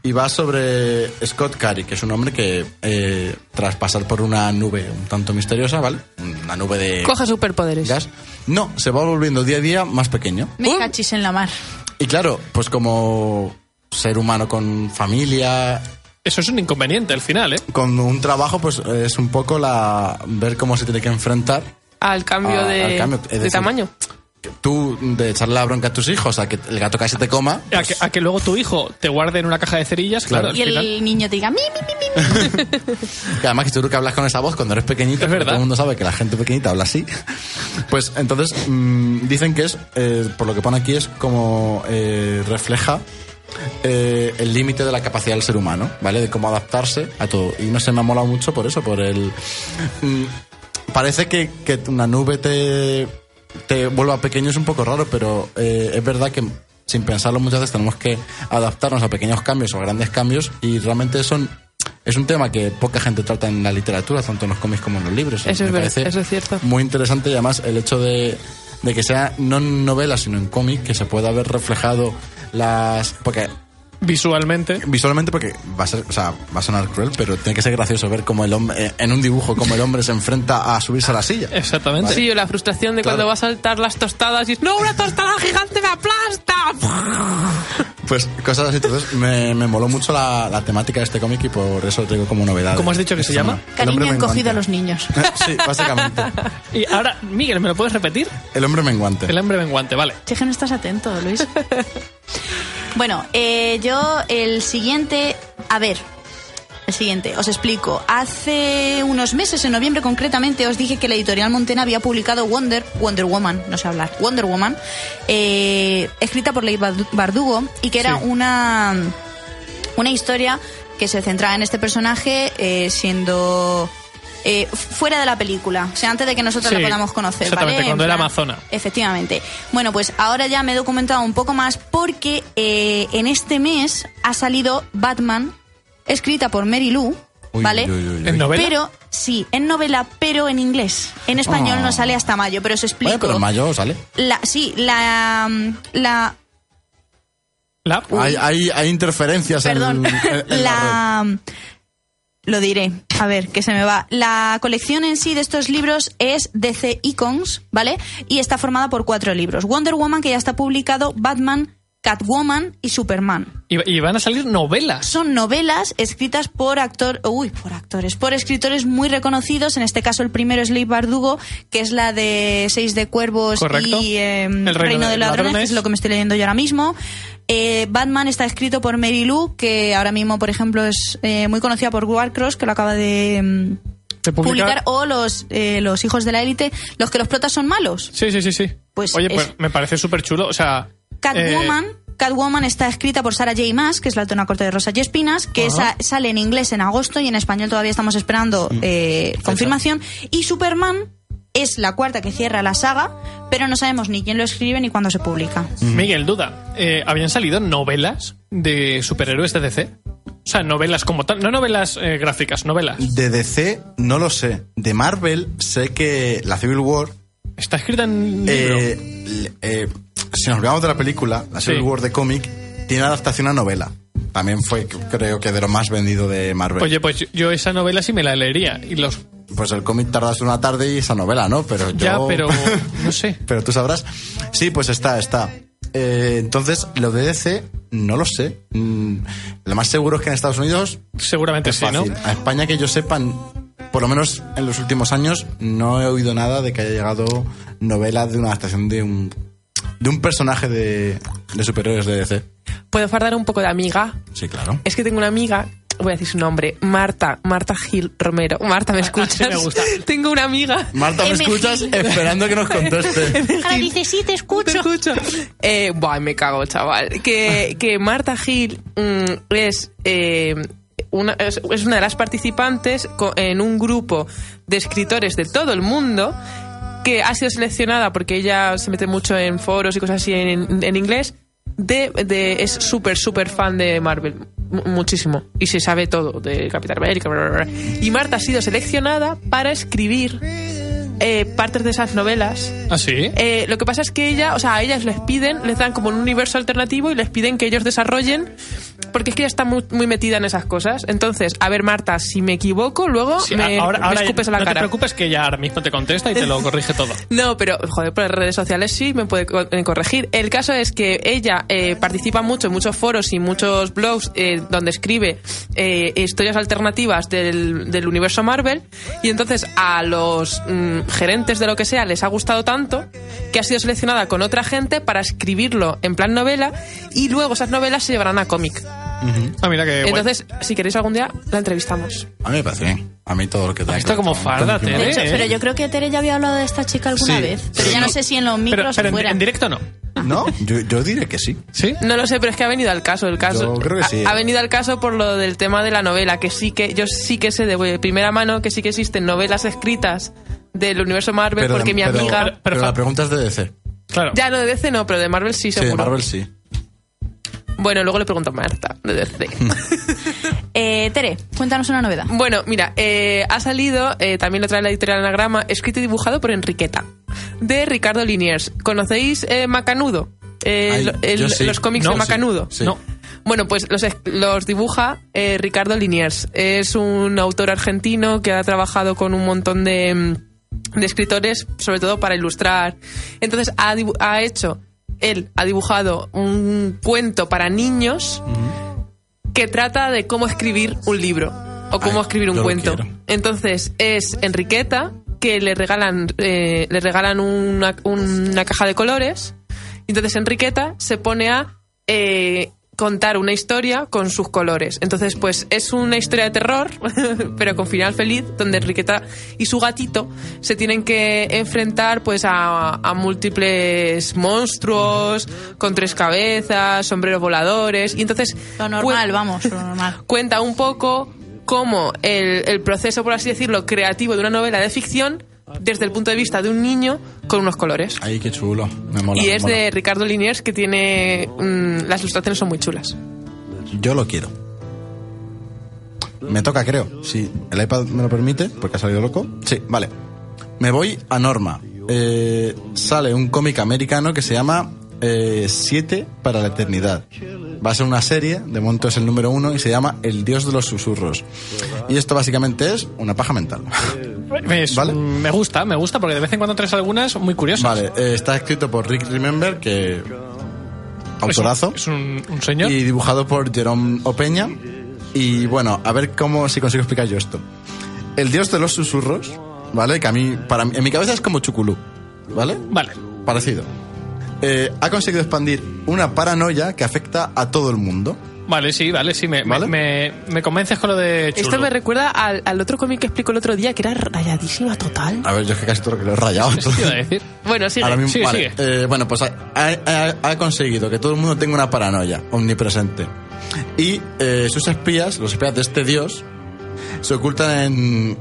Speaker 2: Y va sobre Scott Carey, que es un hombre que, eh, tras pasar por una nube un tanto misteriosa, ¿vale? Una nube de
Speaker 3: Coge superpoderes.
Speaker 2: gas. No, se va volviendo día a día más pequeño.
Speaker 4: uh.
Speaker 1: Me cachis en la mar.
Speaker 2: Y claro, pues como ser humano con familia,
Speaker 4: Eso es un inconveniente al final, ¿eh?
Speaker 2: con un trabajo, pues es un poco la ver cómo se tiene que enfrentar.
Speaker 3: Al cambio
Speaker 2: Ah,
Speaker 3: de,
Speaker 2: al cambio, es
Speaker 3: de
Speaker 2: decir-
Speaker 3: tamaño.
Speaker 2: Tú de echarle la bronca a tus hijos, a que el gato casi te coma.
Speaker 4: A que, a que luego tu hijo te guarde en una caja de cerillas, claro,
Speaker 2: Claro.
Speaker 1: Y
Speaker 4: al final.
Speaker 1: el niño te diga, mi, mi, mi, mi, mi".
Speaker 2: Que además que tú que hablas con esa voz cuando eres pequeñito,
Speaker 4: Es
Speaker 2: porque
Speaker 4: verdad.
Speaker 2: todo el mundo sabe que la gente pequeñita habla así. Pues entonces mm, dicen que es, eh, por lo que pone aquí, es como eh, refleja eh, el límite de la capacidad del ser humano, ¿vale? De cómo adaptarse a todo. Y no se me ha molado mucho por eso, por el... mm, parece que, que una nube te, te vuelva pequeño es un poco raro, pero eh, es verdad que... Sin pensarlo muchas veces tenemos que adaptarnos a pequeños cambios o grandes cambios y realmente son es un tema que poca gente trata en la literatura, tanto en los cómics como en los libros.
Speaker 3: Eso es
Speaker 2: Me
Speaker 3: verdad,
Speaker 2: parece
Speaker 3: eso es cierto.
Speaker 2: Muy interesante y además el hecho de, de que sea no en novela, sino en cómic, que se pueda ver reflejado las... Porque
Speaker 4: Visualmente.
Speaker 2: visualmente, porque va a ser, o sea, va a sonar cruel, pero tiene que ser gracioso ver cómo el hombre, eh, en un dibujo, cómo el hombre se enfrenta a subirse a la silla.
Speaker 4: Exactamente.
Speaker 3: Sí, o la frustración de
Speaker 2: Claro.
Speaker 3: cuando va a saltar las tostadas y ¡No, una tostada gigante me aplasta!
Speaker 2: Pues cosas así. Entonces me, me moló mucho la, la temática de este cómic y por eso lo traigo como novedad.
Speaker 4: ¿Cómo has dicho que se
Speaker 2: Esta
Speaker 4: llama?
Speaker 2: semana. El hombre
Speaker 1: Cariño han cogido
Speaker 2: menguante.
Speaker 1: a los niños.
Speaker 2: sí, básicamente.
Speaker 4: Y ahora, Miguel, ¿me lo puedes repetir?
Speaker 2: El hombre menguante.
Speaker 4: El hambre menguante, vale.
Speaker 1: Che, que no estás atento, Luis. bueno, eh, yo el siguiente, a ver, el siguiente, os explico. Hace unos meses, en noviembre concretamente, os dije que la editorial Montena había publicado Wonder, Wonder Woman, no sé hablar, Wonder Woman, eh, escrita por Leigh Bardu- Bardugo y que era
Speaker 2: Sí.
Speaker 1: una, una historia que se centraba en este personaje eh, siendo... eh, fuera de la película, o sea, antes de que nosotros
Speaker 4: Sí,
Speaker 1: la podamos conocer.
Speaker 4: exactamente,
Speaker 1: ¿vale? En
Speaker 4: cuando era
Speaker 1: plan-
Speaker 4: amazona.
Speaker 1: Efectivamente. Bueno, pues ahora ya me he documentado un poco más porque eh, en este mes ha salido Batman, escrita por Mary Lou,
Speaker 2: Uy,
Speaker 1: ¿vale?
Speaker 2: uy, uy, uy, uy.
Speaker 4: ¿En novela?
Speaker 1: Pero, sí, en novela, pero en inglés. En español
Speaker 2: Ah.
Speaker 1: no sale hasta mayo, pero os explico.
Speaker 2: Oye, pero en mayo sale.
Speaker 1: La, sí, la, mm, la,
Speaker 4: La-
Speaker 2: Hay, hay, hay interferencias
Speaker 1: perdón,
Speaker 2: en, en- en la
Speaker 1: la... Lo diré, a ver, que se me va. La colección en sí de estos libros es DC Icons, ¿vale? Y está formada por cuatro libros. Wonder Woman, que ya está publicado, Batman, Catwoman y Superman.
Speaker 4: Y, y van a salir novelas.
Speaker 1: Son novelas escritas por actor, uy, por actores, por escritores muy reconocidos. En este caso el primero es Leigh Bardugo, que es la de Seis de Cuervos
Speaker 4: Correcto.
Speaker 1: y eh,
Speaker 4: El
Speaker 1: Reino, de Ladrones, que es lo que me estoy leyendo yo ahora mismo. Eh, Batman está escrito por Mary Lou, que ahora mismo, por ejemplo, es eh, muy conocida por Warcross, que lo acaba de mm,
Speaker 4: De
Speaker 1: publicar,
Speaker 4: publicar.
Speaker 1: o los, eh, los hijos de la élite, los que los protas son malos.
Speaker 4: Sí, sí, sí, sí.
Speaker 1: Pues
Speaker 4: Oye,
Speaker 1: es-
Speaker 4: pues me parece súper chulo. O sea.
Speaker 1: Catwoman.
Speaker 4: eh,
Speaker 1: Catwoman está escrita por Sarah J. Maas, que es la autora corte de Rosa y Espinas, que esa sale en inglés en agosto y en español todavía estamos esperando eh, confirmación. Y Superman es la cuarta que cierra la saga, pero no sabemos ni quién lo escribe ni cuándo se publica.
Speaker 4: Miguel, duda. Eh, ¿Habían salido novelas de superhéroes de DC? O sea, novelas como tal. No novelas eh, gráficas, novelas.
Speaker 2: de DC no lo sé. De Marvel sé que la Civil War
Speaker 4: Está escrita en. libro.
Speaker 2: eh, le- eh, si nos olvidamos de la película, la Civil
Speaker 4: Sí.
Speaker 2: War de cómic tiene adaptación a novela. También fue creo que de lo más vendido de Marvel.
Speaker 4: Oye, pues yo- yo esa novela sí me la leería. Y los.
Speaker 2: Pues el cómic tardas una tarde y esa novela, ¿no? Pero yo
Speaker 4: Ya, pero. No sé.
Speaker 2: pero tú sabrás. Sí, pues está, está. Eh, entonces, lo de DC, no lo sé. Mm, lo más seguro es que en Estados Unidos
Speaker 4: Seguramente sí, ¿no?
Speaker 2: fácil. A España que yo sepan, por lo menos en los últimos años, no he oído nada de que haya llegado novela de una adaptación de un de un personaje de, de superhéroes de DC.
Speaker 3: ¿Puedo fardar un poco de amiga?
Speaker 2: Sí, claro.
Speaker 3: Es que tengo una amiga, voy a decir su nombre, Marta, Marta Gil Romero. Marta, ¿me escuchas?
Speaker 4: me gusta.
Speaker 3: Tengo una amiga.
Speaker 2: Marta, ¿me
Speaker 1: MG.
Speaker 2: escuchas?
Speaker 3: em-
Speaker 2: Esperando que nos conteste.
Speaker 1: Ahora dice, sí, te escucho.
Speaker 3: Te escucho. Eh, buah, me cago, chaval. Que, que Marta Gil mm, es, eh, una, es, es una de las participantes co- en un grupo de escritores de todo el mundo que ha sido seleccionada porque ella se mete mucho en foros y cosas así en, en inglés. De, de- es súper, súper fan de Marvel. mu- Muchísimo. Y se sabe todo de Capitán América. bla, bla, bla. Y Marta ha sido seleccionada para escribir eh, partes de esas novelas
Speaker 4: ¿Ah, sí?
Speaker 3: eh, lo que pasa es que ella, o sea, a ellas les piden, les dan como un universo alternativo y les piden que ellos desarrollen, porque es que ella está muy, muy metida en esas cosas. Entonces, a ver, Marta, si me equivoco, luego
Speaker 4: Sí,
Speaker 3: me,
Speaker 4: ahora,
Speaker 3: me
Speaker 4: ahora
Speaker 3: escupes a la
Speaker 4: no te
Speaker 3: cara.
Speaker 4: preocupes que ya ahora mismo te contesta y te lo corrige todo.
Speaker 3: No, pero joder, por las redes sociales sí me puede co- eh, corregir. El caso es que ella eh, participa mucho en muchos foros y muchos blogs eh, donde escribe eh, historias alternativas del, del universo Marvel y entonces a los mm, gerentes de lo que sea les ha gustado tanto que ha sido seleccionada con otra gente para escribirlo en plan novela y luego esas novelas se llevarán a cómic.
Speaker 4: Ah, mira que guay.
Speaker 3: Entonces, si queréis algún día, la entrevistamos.
Speaker 2: A mí me parece bien. A mí todo lo que tenga.
Speaker 4: visto
Speaker 2: que ver
Speaker 4: como
Speaker 2: con-
Speaker 4: farda,
Speaker 2: con-
Speaker 4: te-
Speaker 1: De hecho,
Speaker 4: Eh.
Speaker 1: pero yo creo que Tere ya había hablado de esta chica alguna
Speaker 2: Sí.
Speaker 1: vez. Pero ya no sé si en los
Speaker 4: pero,
Speaker 1: micros
Speaker 4: pero
Speaker 1: o
Speaker 4: en,
Speaker 1: fuera.
Speaker 4: en directo no.
Speaker 2: No, yo, yo diré que sí.
Speaker 4: ¿Sí?
Speaker 3: No lo sé, pero es que ha venido al caso el
Speaker 2: Yo
Speaker 3: caso.
Speaker 2: creo que
Speaker 3: Ha-
Speaker 2: sí.
Speaker 3: Ha, venido al caso por lo del tema de la novela, que sí que yo sí que sé de primera mano que sí que existen novelas escritas del universo Marvel
Speaker 2: Pero,
Speaker 3: porque mi
Speaker 2: pero-
Speaker 3: amiga
Speaker 2: Pero,
Speaker 4: pero-
Speaker 2: la pregunta es de DC.
Speaker 4: Claro.
Speaker 3: ya lo de DC no, pero de Marvel sí
Speaker 2: Sí, de
Speaker 3: seguro.
Speaker 2: Marvel sí.
Speaker 3: Bueno, luego le pregunto a Marta de DC.
Speaker 1: Eh, Tere, cuéntanos una novedad.
Speaker 3: bueno, mira, eh, ha salido eh, también lo trae la editorial Anagrama, escrito y dibujado por Enriqueta de Ricardo Liniers. ¿Conocéis eh, Macanudo? Eh,
Speaker 2: Ay,
Speaker 3: lo- el-
Speaker 2: yo sí.
Speaker 3: Los cómics
Speaker 4: No,
Speaker 3: de
Speaker 4: sí.
Speaker 3: Macanudo.
Speaker 2: Sí.
Speaker 4: No.
Speaker 3: Bueno, pues los, es- los dibuja eh, Ricardo Liniers. Es un autor argentino que ha trabajado con un montón de, mm, de escritores, sobre todo para ilustrar. Entonces ha, dibu- ha hecho, él ha dibujado un cuento para niños que trata de cómo escribir un libro o cómo
Speaker 2: Ay,
Speaker 3: escribir un
Speaker 2: yo lo
Speaker 3: cuento.
Speaker 2: quiero.
Speaker 3: Entonces es Enriqueta que le regalan, eh, le regalan una, una caja de colores. Entonces Enriqueta se pone a eh, contar una historia con sus colores. Entonces, pues es una historia de terror, pero con final feliz, donde Enriqueta y su gatito se tienen que enfrentar pues a, a múltiples monstruos, con tres cabezas, sombreros voladores. Y entonces pues,
Speaker 1: Lo
Speaker 3: cuen-
Speaker 1: normal, vamos, lo normal.
Speaker 3: cuenta un poco cómo el, el proceso, por así decirlo, creativo de una novela de ficción desde el punto de vista de un niño con unos colores.
Speaker 2: Ay, qué chulo. Me mola.
Speaker 3: Y
Speaker 2: me
Speaker 3: es
Speaker 2: mola.
Speaker 3: de Ricardo Liniers que tiene... mm, las ilustraciones son muy chulas.
Speaker 2: Yo lo quiero. Me toca, creo. Si el iPad me lo permite, porque ha salido loco. Sí, vale. Me voy a Norma. Eh, sale un cómic americano que se llama eh, Siete para la Eternidad. Va a ser una serie, de momento es el número uno, y se llama El Dios de los Susurros. Y esto básicamente es una paja mental.
Speaker 4: Es-
Speaker 2: Vale.
Speaker 4: Me gusta, me gusta, porque de vez en cuando traes algunas muy curiosas.
Speaker 2: Vale, eh, está escrito por Rick Remember, que...
Speaker 4: Es un-
Speaker 2: Autorazo.
Speaker 4: Es un, un señor.
Speaker 2: y dibujado por Jerome Opeña. Y bueno, a ver cómo si consigo explicar yo esto. El dios de los susurros, ¿vale? Que a mí, para, mí- en mi cabeza es como Chuculú, ¿vale?
Speaker 4: Vale.
Speaker 2: Parecido. Eh, ha conseguido expandir una paranoia que afecta a todo el mundo.
Speaker 4: Vale, sí, vale, sí. Me, me-
Speaker 2: Vale.
Speaker 4: me, me convences con lo de chulo.
Speaker 3: Esto me recuerda al, al otro cómic que explicó el otro día, que era rayadísima total.
Speaker 2: A ver, yo es que casi todo lo que lo he rayado.
Speaker 4: Eso te iba a decir.
Speaker 3: Bueno, sigue.
Speaker 2: Ahora mismo,
Speaker 4: sigue,
Speaker 2: vale. Eh, bueno, pues ha, ha- ha- ha conseguido que todo el mundo tenga una paranoia omnipresente. Y eh, sus espías, los espías de este dios, se ocultan en,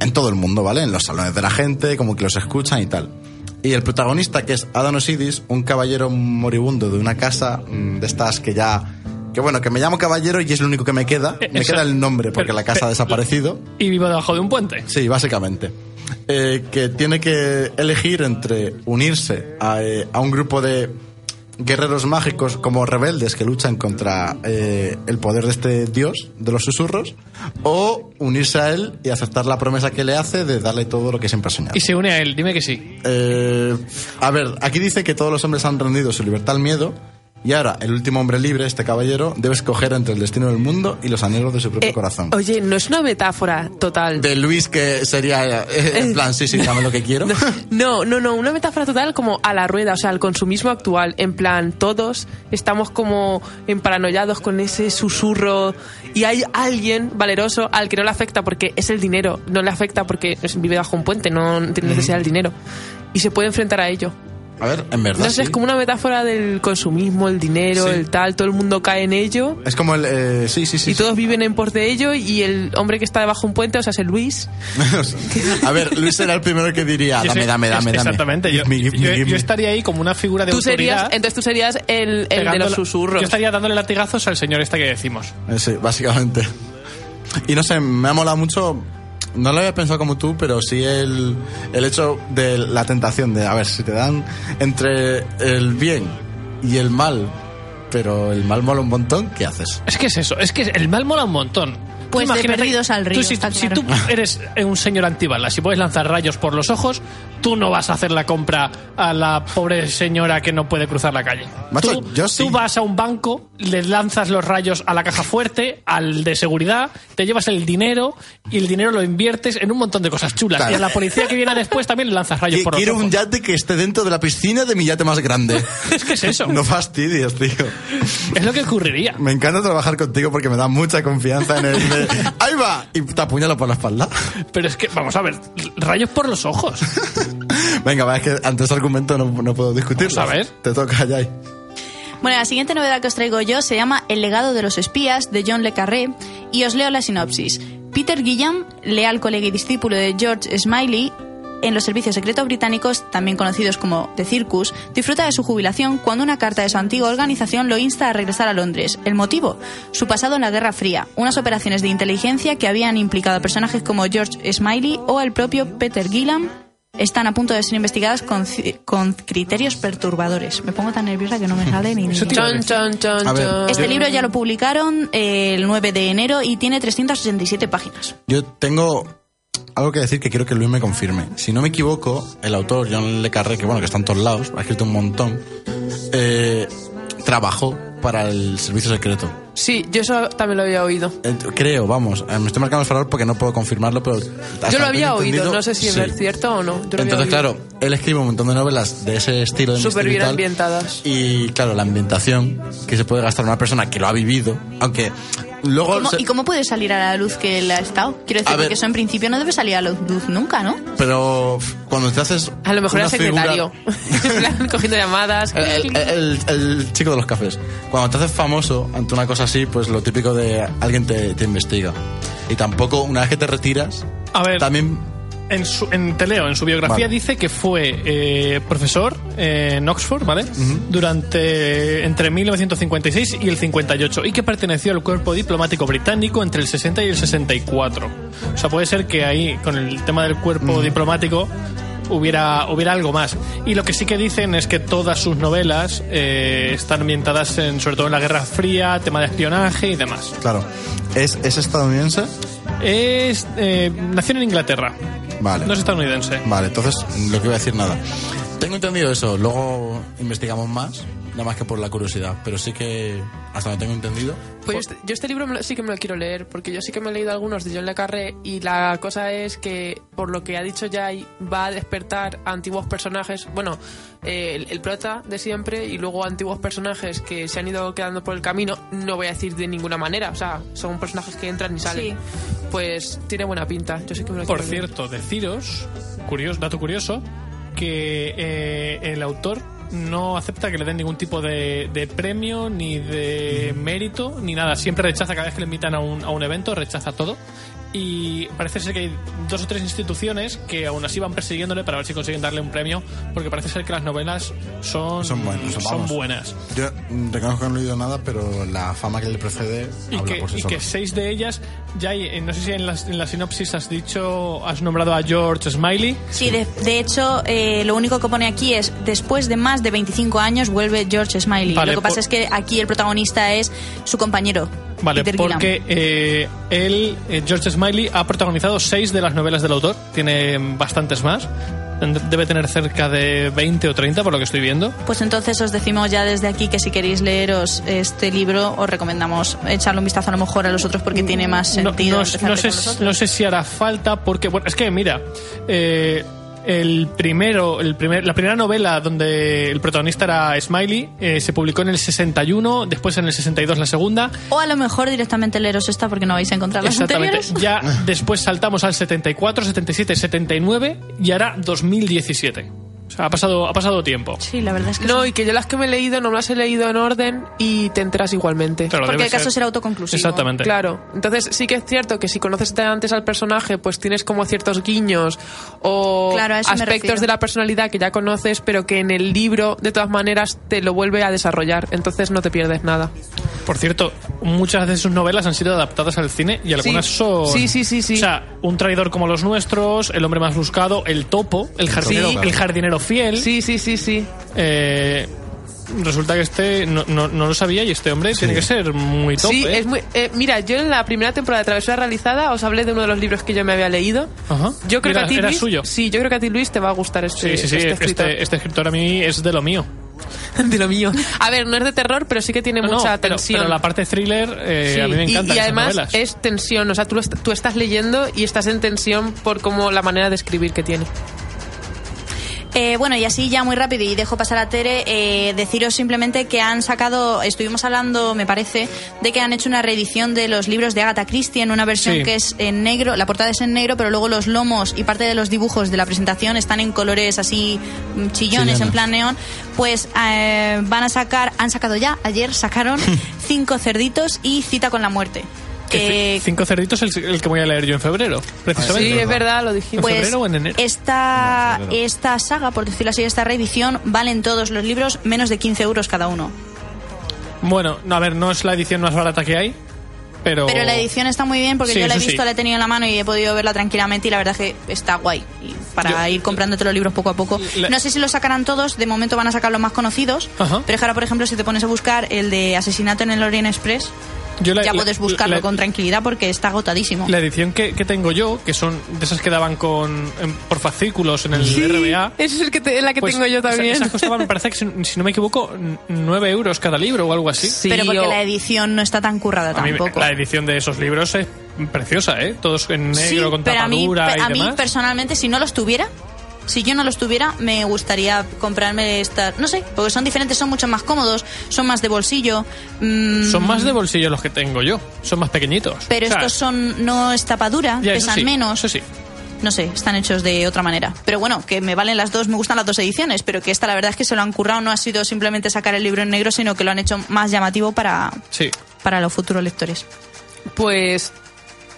Speaker 2: en todo el mundo, ¿vale? En los salones de la gente, como que los escuchan y tal. Y el protagonista, que es Adon Osiris, un caballero moribundo de una casa mm, de estas que ya... Que bueno, que me llamo caballero y es lo único que me queda.
Speaker 4: Eh,
Speaker 2: Me
Speaker 4: eso-
Speaker 2: queda el nombre porque
Speaker 4: pero-
Speaker 2: la casa
Speaker 4: pero-
Speaker 2: ha desaparecido.
Speaker 4: Y vivo debajo de un puente.
Speaker 2: Sí, básicamente. Eh, que tiene que elegir entre unirse a, eh, a un grupo de guerreros mágicos como rebeldes que luchan contra eh, el poder de este dios de los susurros o unirse a él y aceptar la promesa que le hace de darle todo lo que siempre ha soñado.
Speaker 4: Y se une a él, dime que sí.
Speaker 2: Eh, a ver, aquí dice que todos los hombres han rendido su libertad al miedo Y ahora, el último hombre libre, este caballero, debe escoger entre el destino del mundo y los anhelos de su propio
Speaker 3: Eh,
Speaker 2: corazón.
Speaker 3: Oye, no es una metáfora total.
Speaker 2: De Luis, que sería, eh, en plan, sí, sí, dame lo que quiero.
Speaker 3: No, no, no, una metáfora total como a la rueda, o sea, al consumismo actual. En plan, todos estamos como emparanoiados con ese susurro y hay alguien valeroso al que no le afecta porque es el dinero, no le afecta porque es- vive bajo un puente, no tiene necesidad del dinero. Y se puede enfrentar a ello.
Speaker 2: A ver, en verdad.
Speaker 3: No sé,
Speaker 2: Ah, sí.
Speaker 3: es como una metáfora del consumismo, el dinero,
Speaker 2: Sí.
Speaker 3: el tal, todo el mundo cae en ello.
Speaker 2: Es como el. eh, sí, sí, sí.
Speaker 3: y
Speaker 2: sí.
Speaker 3: todos viven en por de ello y el hombre que está debajo de un puente, o sea, es el Luis,
Speaker 2: a ver, Luis era el primero que diría,
Speaker 4: Yo
Speaker 2: dame,
Speaker 4: sé-
Speaker 2: dame,
Speaker 4: es-
Speaker 2: dame, dame.
Speaker 4: Exactamente. Yo,
Speaker 2: Give me, give me,
Speaker 4: yo-
Speaker 2: give
Speaker 4: yo
Speaker 2: me.
Speaker 4: estaría ahí como una figura de
Speaker 3: tú serías,
Speaker 4: autoridad.
Speaker 3: entonces tú serías el, el de
Speaker 4: pegándola-
Speaker 3: los susurros.
Speaker 4: Yo estaría dándole latigazos al señor este que decimos.
Speaker 2: Eh, Sí, básicamente. Y no sé, me ha molado mucho. No lo había pensado como tú, pero sí el, el hecho de la tentación de, a ver, si te dan entre el bien y el mal, pero el mal mola un montón, ¿qué haces?
Speaker 4: Es que es eso, es que el mal mola un montón. Tú
Speaker 1: Pues de
Speaker 4: imagínate-
Speaker 1: perdidos al río,
Speaker 4: tú si,
Speaker 1: está
Speaker 4: si
Speaker 1: claro.
Speaker 4: tú eres un señor antibalas y puedes lanzar rayos por los ojos, tú no vas a hacer la compra a la pobre señora que no puede cruzar la calle.
Speaker 2: Macho,
Speaker 4: tú,
Speaker 2: yo
Speaker 4: tú
Speaker 2: sí.
Speaker 4: vas a un banco, le lanzas los rayos a la caja fuerte, al de seguridad, te llevas el dinero y el dinero lo inviertes en un montón de cosas chulas.
Speaker 2: Claro.
Speaker 4: Y a la policía que viene después también le lanzas rayos
Speaker 2: Qui-
Speaker 4: por los
Speaker 2: Quiero
Speaker 4: ojos.
Speaker 2: un yate que esté dentro de la piscina de mi yate más grande.
Speaker 4: Es que es eso.
Speaker 2: No fastidies, tío.
Speaker 4: Es lo que ocurriría.
Speaker 2: Me encanta trabajar contigo porque me da mucha confianza en el de, ¡Ahí va! Y te apuñalo por la espalda.
Speaker 4: Pero es que, vamos a ver, rayos por los ojos.
Speaker 2: Venga, va, es que ante ese argumento no, no puedo discutirlo.
Speaker 4: Vamos a ver.
Speaker 2: Te toca, Jai.
Speaker 1: Bueno, la siguiente novedad que os traigo yo se llama El legado de los espías de John Le Carré y os leo la sinopsis. Peter Guillam, leal colega y discípulo de George Smiley en los servicios secretos británicos, también conocidos como The Circus, disfruta de su jubilación cuando una carta de su antigua organización lo insta a regresar a Londres. ¿El motivo? Su pasado en la Guerra Fría, unas operaciones de inteligencia que habían implicado a personajes como George Smiley o el propio Peter Gillam están a punto de ser investigadas con, ci- con criterios perturbadores. Me pongo tan nerviosa que no me sale ni...
Speaker 4: Eso te iba a
Speaker 3: Chon,
Speaker 4: decir.
Speaker 3: chon, chon,
Speaker 2: A ver,
Speaker 3: chon.
Speaker 1: Este libro ya lo publicaron eh, el 9 de enero y tiene 367 páginas.
Speaker 2: Yo tengo algo que decir que quiero que Luis me confirme. Si no me equivoco, el autor John Le Carré, que bueno, que está en todos lados, ha escrito un montón, eh, trabajó para el servicio secreto.
Speaker 3: Sí, yo eso también lo había oído.
Speaker 2: Eh, creo, vamos, eh, me estoy marcando el farol porque no puedo confirmarlo, pero... hasta
Speaker 3: Yo lo
Speaker 2: donde he
Speaker 3: había oído,
Speaker 2: Ah, entendido,
Speaker 3: no sé si
Speaker 2: sí.
Speaker 3: es cierto o no. Yo lo había
Speaker 2: Entonces,
Speaker 3: oído.
Speaker 2: claro, él escribe un montón de novelas de ese estilo. de misterio
Speaker 3: Súper
Speaker 2: y
Speaker 3: bien
Speaker 2: tal.
Speaker 3: ambientadas.
Speaker 2: Y claro, la ambientación que se puede gastar una persona que lo ha vivido, aunque luego...
Speaker 1: ¿Cómo-
Speaker 2: se-
Speaker 1: ¿Y cómo puede salir a la luz que él ha estado? Quiero
Speaker 2: A
Speaker 1: decir,
Speaker 2: ver.
Speaker 1: que eso en principio no debe salir a la luz nunca, ¿no?
Speaker 2: Pero cuando te haces...
Speaker 3: A lo mejor
Speaker 2: una
Speaker 3: era secretario.
Speaker 2: figura- Eh,
Speaker 3: En plan, cogiendo llamadas.
Speaker 2: El, el- el- el chico de los cafés. Cuando te haces famoso ante una cosa así, pues lo típico de alguien te, te investiga. Y tampoco, una vez que te retiras,
Speaker 4: A ver.
Speaker 2: también...
Speaker 4: En, su, en te leo, en su biografía
Speaker 2: Vale.
Speaker 4: dice que fue eh, profesor eh, en Oxford, ¿vale? Durante entre 1956 y el 58 y que perteneció al cuerpo diplomático británico entre el 60 y el 64. O sea, puede ser que ahí con el tema del cuerpo diplomático hubiera hubiera algo más. Y lo que sí que dicen es que todas sus novelas eh, están ambientadas en, sobre todo en la Guerra Fría, tema de espionaje y demás.
Speaker 2: Claro. ¿Es, es estadounidense?
Speaker 4: Es eh, nació en Inglaterra.
Speaker 2: Vale.
Speaker 4: No es estadounidense.
Speaker 2: Vale, entonces lo que iba a decir nada. Tengo entendido eso, luego investigamos más, nada más que por la curiosidad, pero sí que hasta donde tengo entendido.
Speaker 3: Pues yo este, yo este libro me lo- sí que me lo quiero leer, porque yo sí que me he leído algunos de John Le Carré y la cosa es que, por lo que ha dicho Jai, va a despertar a antiguos personajes, bueno, eh, el, el prota de siempre y luego antiguos personajes que se han ido quedando por el camino, no voy a decir de ninguna manera, o sea, son personajes que entran y salen.
Speaker 1: Sí.
Speaker 3: Pues tiene buena pinta, yo sí que me lo
Speaker 4: Por
Speaker 3: quiero leer.
Speaker 4: cierto, deciros, curioso, dato curioso, que eh, el autor no acepta que le den ningún tipo de, de premio, ni de mérito, ni nada. Siempre rechaza, cada vez que le invitan a un, a un evento, rechaza todo. Y parece ser que hay dos o tres instituciones que aún así van persiguiéndole para ver si consiguen darle un premio, porque parece ser que las novelas son,
Speaker 2: Son buenas, son-
Speaker 4: son
Speaker 2: vamos.
Speaker 4: buenas.
Speaker 2: Yo mm, reconozco que no he leído nada, pero la fama que le precede
Speaker 4: Y
Speaker 2: habla
Speaker 4: que,
Speaker 2: por sí
Speaker 4: y
Speaker 2: sola.
Speaker 4: que seis de ellas, ya hay- eh, no sé si en las- en la sinopsis has dicho, has nombrado a George Smiley,
Speaker 1: Sí, de, de hecho, eh, lo único que pone aquí es, después de más de 25 años vuelve George Smiley.
Speaker 4: Vale,
Speaker 1: lo que
Speaker 4: por-
Speaker 1: pasa es que aquí el protagonista es su compañero.
Speaker 4: Vale,
Speaker 1: Peter Gillam.
Speaker 4: porque eh, él, eh, George Smiley, ha protagonizado seis de las novelas del autor, tiene mm, bastantes más, Tend- Debe tener cerca de 20 o 30, por lo que estoy viendo.
Speaker 1: Pues entonces os decimos ya desde aquí que si queréis leeros este libro, os recomendamos echarle un vistazo a lo mejor a los otros porque tiene más
Speaker 4: No,
Speaker 1: sentido.
Speaker 4: no-
Speaker 1: empezar
Speaker 4: no
Speaker 1: con
Speaker 4: sé,
Speaker 1: los otros.
Speaker 4: no sé si hará falta porque bueno es que mira eh, el primero el primer, la primera novela donde el protagonista era Smiley eh, se publicó en el 61 después en el 62 la segunda
Speaker 1: O a lo mejor directamente leeros esta porque no vais a encontrar las
Speaker 4: exactamente
Speaker 1: anteriores.
Speaker 4: ya después saltamos al 74 77 79 y ahora 2017 o sea ha pasado ha pasado tiempo
Speaker 1: Sí, la verdad es que
Speaker 3: No,
Speaker 1: sí.
Speaker 3: y que yo las que me he leído no me las he leído en orden y te enteras igualmente.
Speaker 4: Claro,
Speaker 1: porque
Speaker 4: debe
Speaker 1: el caso
Speaker 4: ser-
Speaker 1: será autoconclusivo.
Speaker 4: exactamente
Speaker 3: Claro, entonces sí que es cierto que si conoces de antes al personaje, pues tienes como ciertos guiños o
Speaker 1: Claro, a eso me refiero.
Speaker 3: aspectos de la personalidad que ya conoces, pero que en el libro de todas maneras te lo vuelve a desarrollar, entonces no te pierdes nada.
Speaker 4: Por cierto, muchas de sus novelas han sido adaptadas al cine y algunas
Speaker 3: Sí.
Speaker 4: son.
Speaker 3: Sí, sí, sí, sí.
Speaker 4: O sea, Un traidor como los nuestros, El hombre más buscado, El topo, El jardinero,
Speaker 3: Sí.
Speaker 4: el jardinero fiel.
Speaker 3: Sí, sí, sí, sí.
Speaker 4: Eh, resulta que este no, no- no lo sabía y este hombre tiene que ser muy top.
Speaker 3: Sí,
Speaker 4: ¿eh?
Speaker 3: es muy, eh, mira, yo en la primera temporada de Travesura Realizada os hablé de uno de los libros que yo me había leído.
Speaker 4: Ajá.
Speaker 3: Yo creo
Speaker 4: Era-
Speaker 3: que a ti,
Speaker 4: era
Speaker 3: Luis,
Speaker 4: suyo.
Speaker 3: Sí, yo creo que a ti, Luis, te va a gustar este,
Speaker 4: Sí, sí,
Speaker 3: este
Speaker 4: sí. Este,
Speaker 3: escritor.
Speaker 4: este escritor a mí es de lo mío.
Speaker 3: de lo mío. A ver, no es de terror, pero sí que tiene
Speaker 4: No, no,
Speaker 3: mucha
Speaker 4: pero,
Speaker 3: tensión.
Speaker 4: pero la parte thriller eh,
Speaker 3: Sí,
Speaker 4: a mí me
Speaker 3: y-
Speaker 4: encanta.
Speaker 3: y, además es tensión, o sea, tú, lo est- tú estás leyendo y estás en tensión por como la manera de escribir que tiene.
Speaker 1: Eh, bueno, y así ya muy rápido y dejo pasar a Tere, eh, deciros simplemente que han sacado, estuvimos hablando, me parece, de que han hecho una reedición de los libros de Agatha Christie en una versión
Speaker 4: Sí.
Speaker 1: que es en negro, la portada es en negro, pero luego los lomos y parte de los dibujos de la presentación están en colores así mm, chillones,
Speaker 2: Chillones.
Speaker 1: en plan neón. Pues eh, van a sacar, han sacado ya, ayer sacaron cinco cerditos y cita con la muerte.
Speaker 4: Que
Speaker 1: Eh,
Speaker 4: c- Cinco cerditos es el, el que voy a leer yo en febrero, precisamente.
Speaker 3: Sí, es verdad, lo dijimos.
Speaker 4: Pues- febrero o en enero?
Speaker 1: Esta,
Speaker 2: No, en febrero.
Speaker 1: esta saga, por decirlo así, esta reedición, valen todos los libros menos de 15 euros cada uno.
Speaker 4: Bueno, no, a ver, no es la edición más barata que hay, pero.
Speaker 1: Pero la edición está muy bien porque
Speaker 4: Oh. Sí,
Speaker 1: yo la he
Speaker 4: eso sí.
Speaker 1: visto, la he tenido en la mano y he podido verla tranquilamente y la verdad es que está guay. Y para ir comprándote los libros poco a poco.
Speaker 4: La-
Speaker 1: No sé si los sacarán todos, de momento van a sacar los más conocidos.
Speaker 4: Ajá.
Speaker 1: Pero es que ahora, por ejemplo, si te pones a buscar el de Asesinato en el Orient Express,
Speaker 4: Yo la-
Speaker 1: ya
Speaker 4: la-
Speaker 1: puedes buscarlo
Speaker 4: la-
Speaker 1: con tranquilidad porque está agotadísimo.
Speaker 4: La edición que, que tengo yo, que son de esas que daban con, en- por fascículos en el RBA.
Speaker 3: Ese es el que te- es la que
Speaker 4: pues
Speaker 3: tengo yo
Speaker 4: esa-
Speaker 3: también.
Speaker 4: Esas costaban, me parece que si, si no me equivoco, n- 9 euros cada libro o algo así.
Speaker 3: Sí,
Speaker 1: pero porque
Speaker 3: o-
Speaker 1: la edición no está tan currada
Speaker 4: A mí me-
Speaker 1: tampoco.
Speaker 4: la edición de esos libros es preciosa, ¿eh? Todos en
Speaker 1: Sí,
Speaker 4: negro, con
Speaker 1: pero a mí,
Speaker 4: tapadura
Speaker 1: pe- a
Speaker 4: y
Speaker 1: mí
Speaker 4: demás.
Speaker 1: personalmente, si no los tuviera, si yo no los tuviera, me gustaría comprarme estas. No sé, porque son diferentes, son mucho más cómodos, son más de bolsillo. mm,
Speaker 4: Son más de bolsillo los que tengo yo. Son más pequeñitos.
Speaker 1: Pero
Speaker 4: O sea,
Speaker 1: estos son no es tapadura,
Speaker 4: ya, eso
Speaker 1: pesan
Speaker 4: sí,
Speaker 1: menos.
Speaker 4: Eso sí.
Speaker 1: No sé, están hechos de otra manera. Pero bueno, que me valen las dos, me gustan las dos ediciones, pero que esta la verdad es que se lo han currado, no ha sido simplemente sacar el libro en negro, sino que lo han hecho más llamativo para,
Speaker 4: Sí.
Speaker 1: para los futuros lectores.
Speaker 3: Pues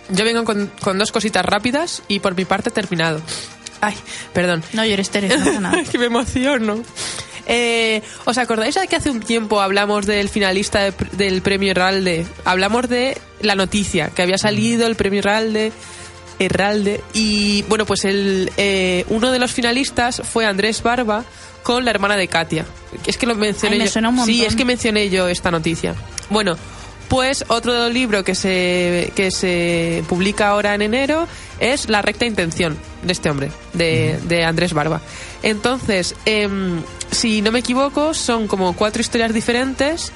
Speaker 3: yo vengo con, con dos cositas rápidas y por mi parte terminado. Ay, perdón.
Speaker 1: No llores, Tere, no pasa nada.
Speaker 3: Es que me emociono. Eh, ¿Os acordáis de que hace un tiempo hablamos del finalista de pr- del premio Herralde? Hablamos de la noticia, que había salido el premio Herralde. Herralde. Y bueno, pues el, eh, uno de los finalistas fue Andrés Barba con la hermana de Katia. Es que lo mencioné
Speaker 1: Ay, me
Speaker 3: yo.
Speaker 1: suena un
Speaker 3: sí,
Speaker 1: montón.
Speaker 3: es que mencioné yo esta noticia. Bueno, pues otro libro que se, que se publica ahora en enero es La recta intención de este hombre, de, de Andrés Barba. Entonces, em, si no me equivoco, son como cuatro historias diferentes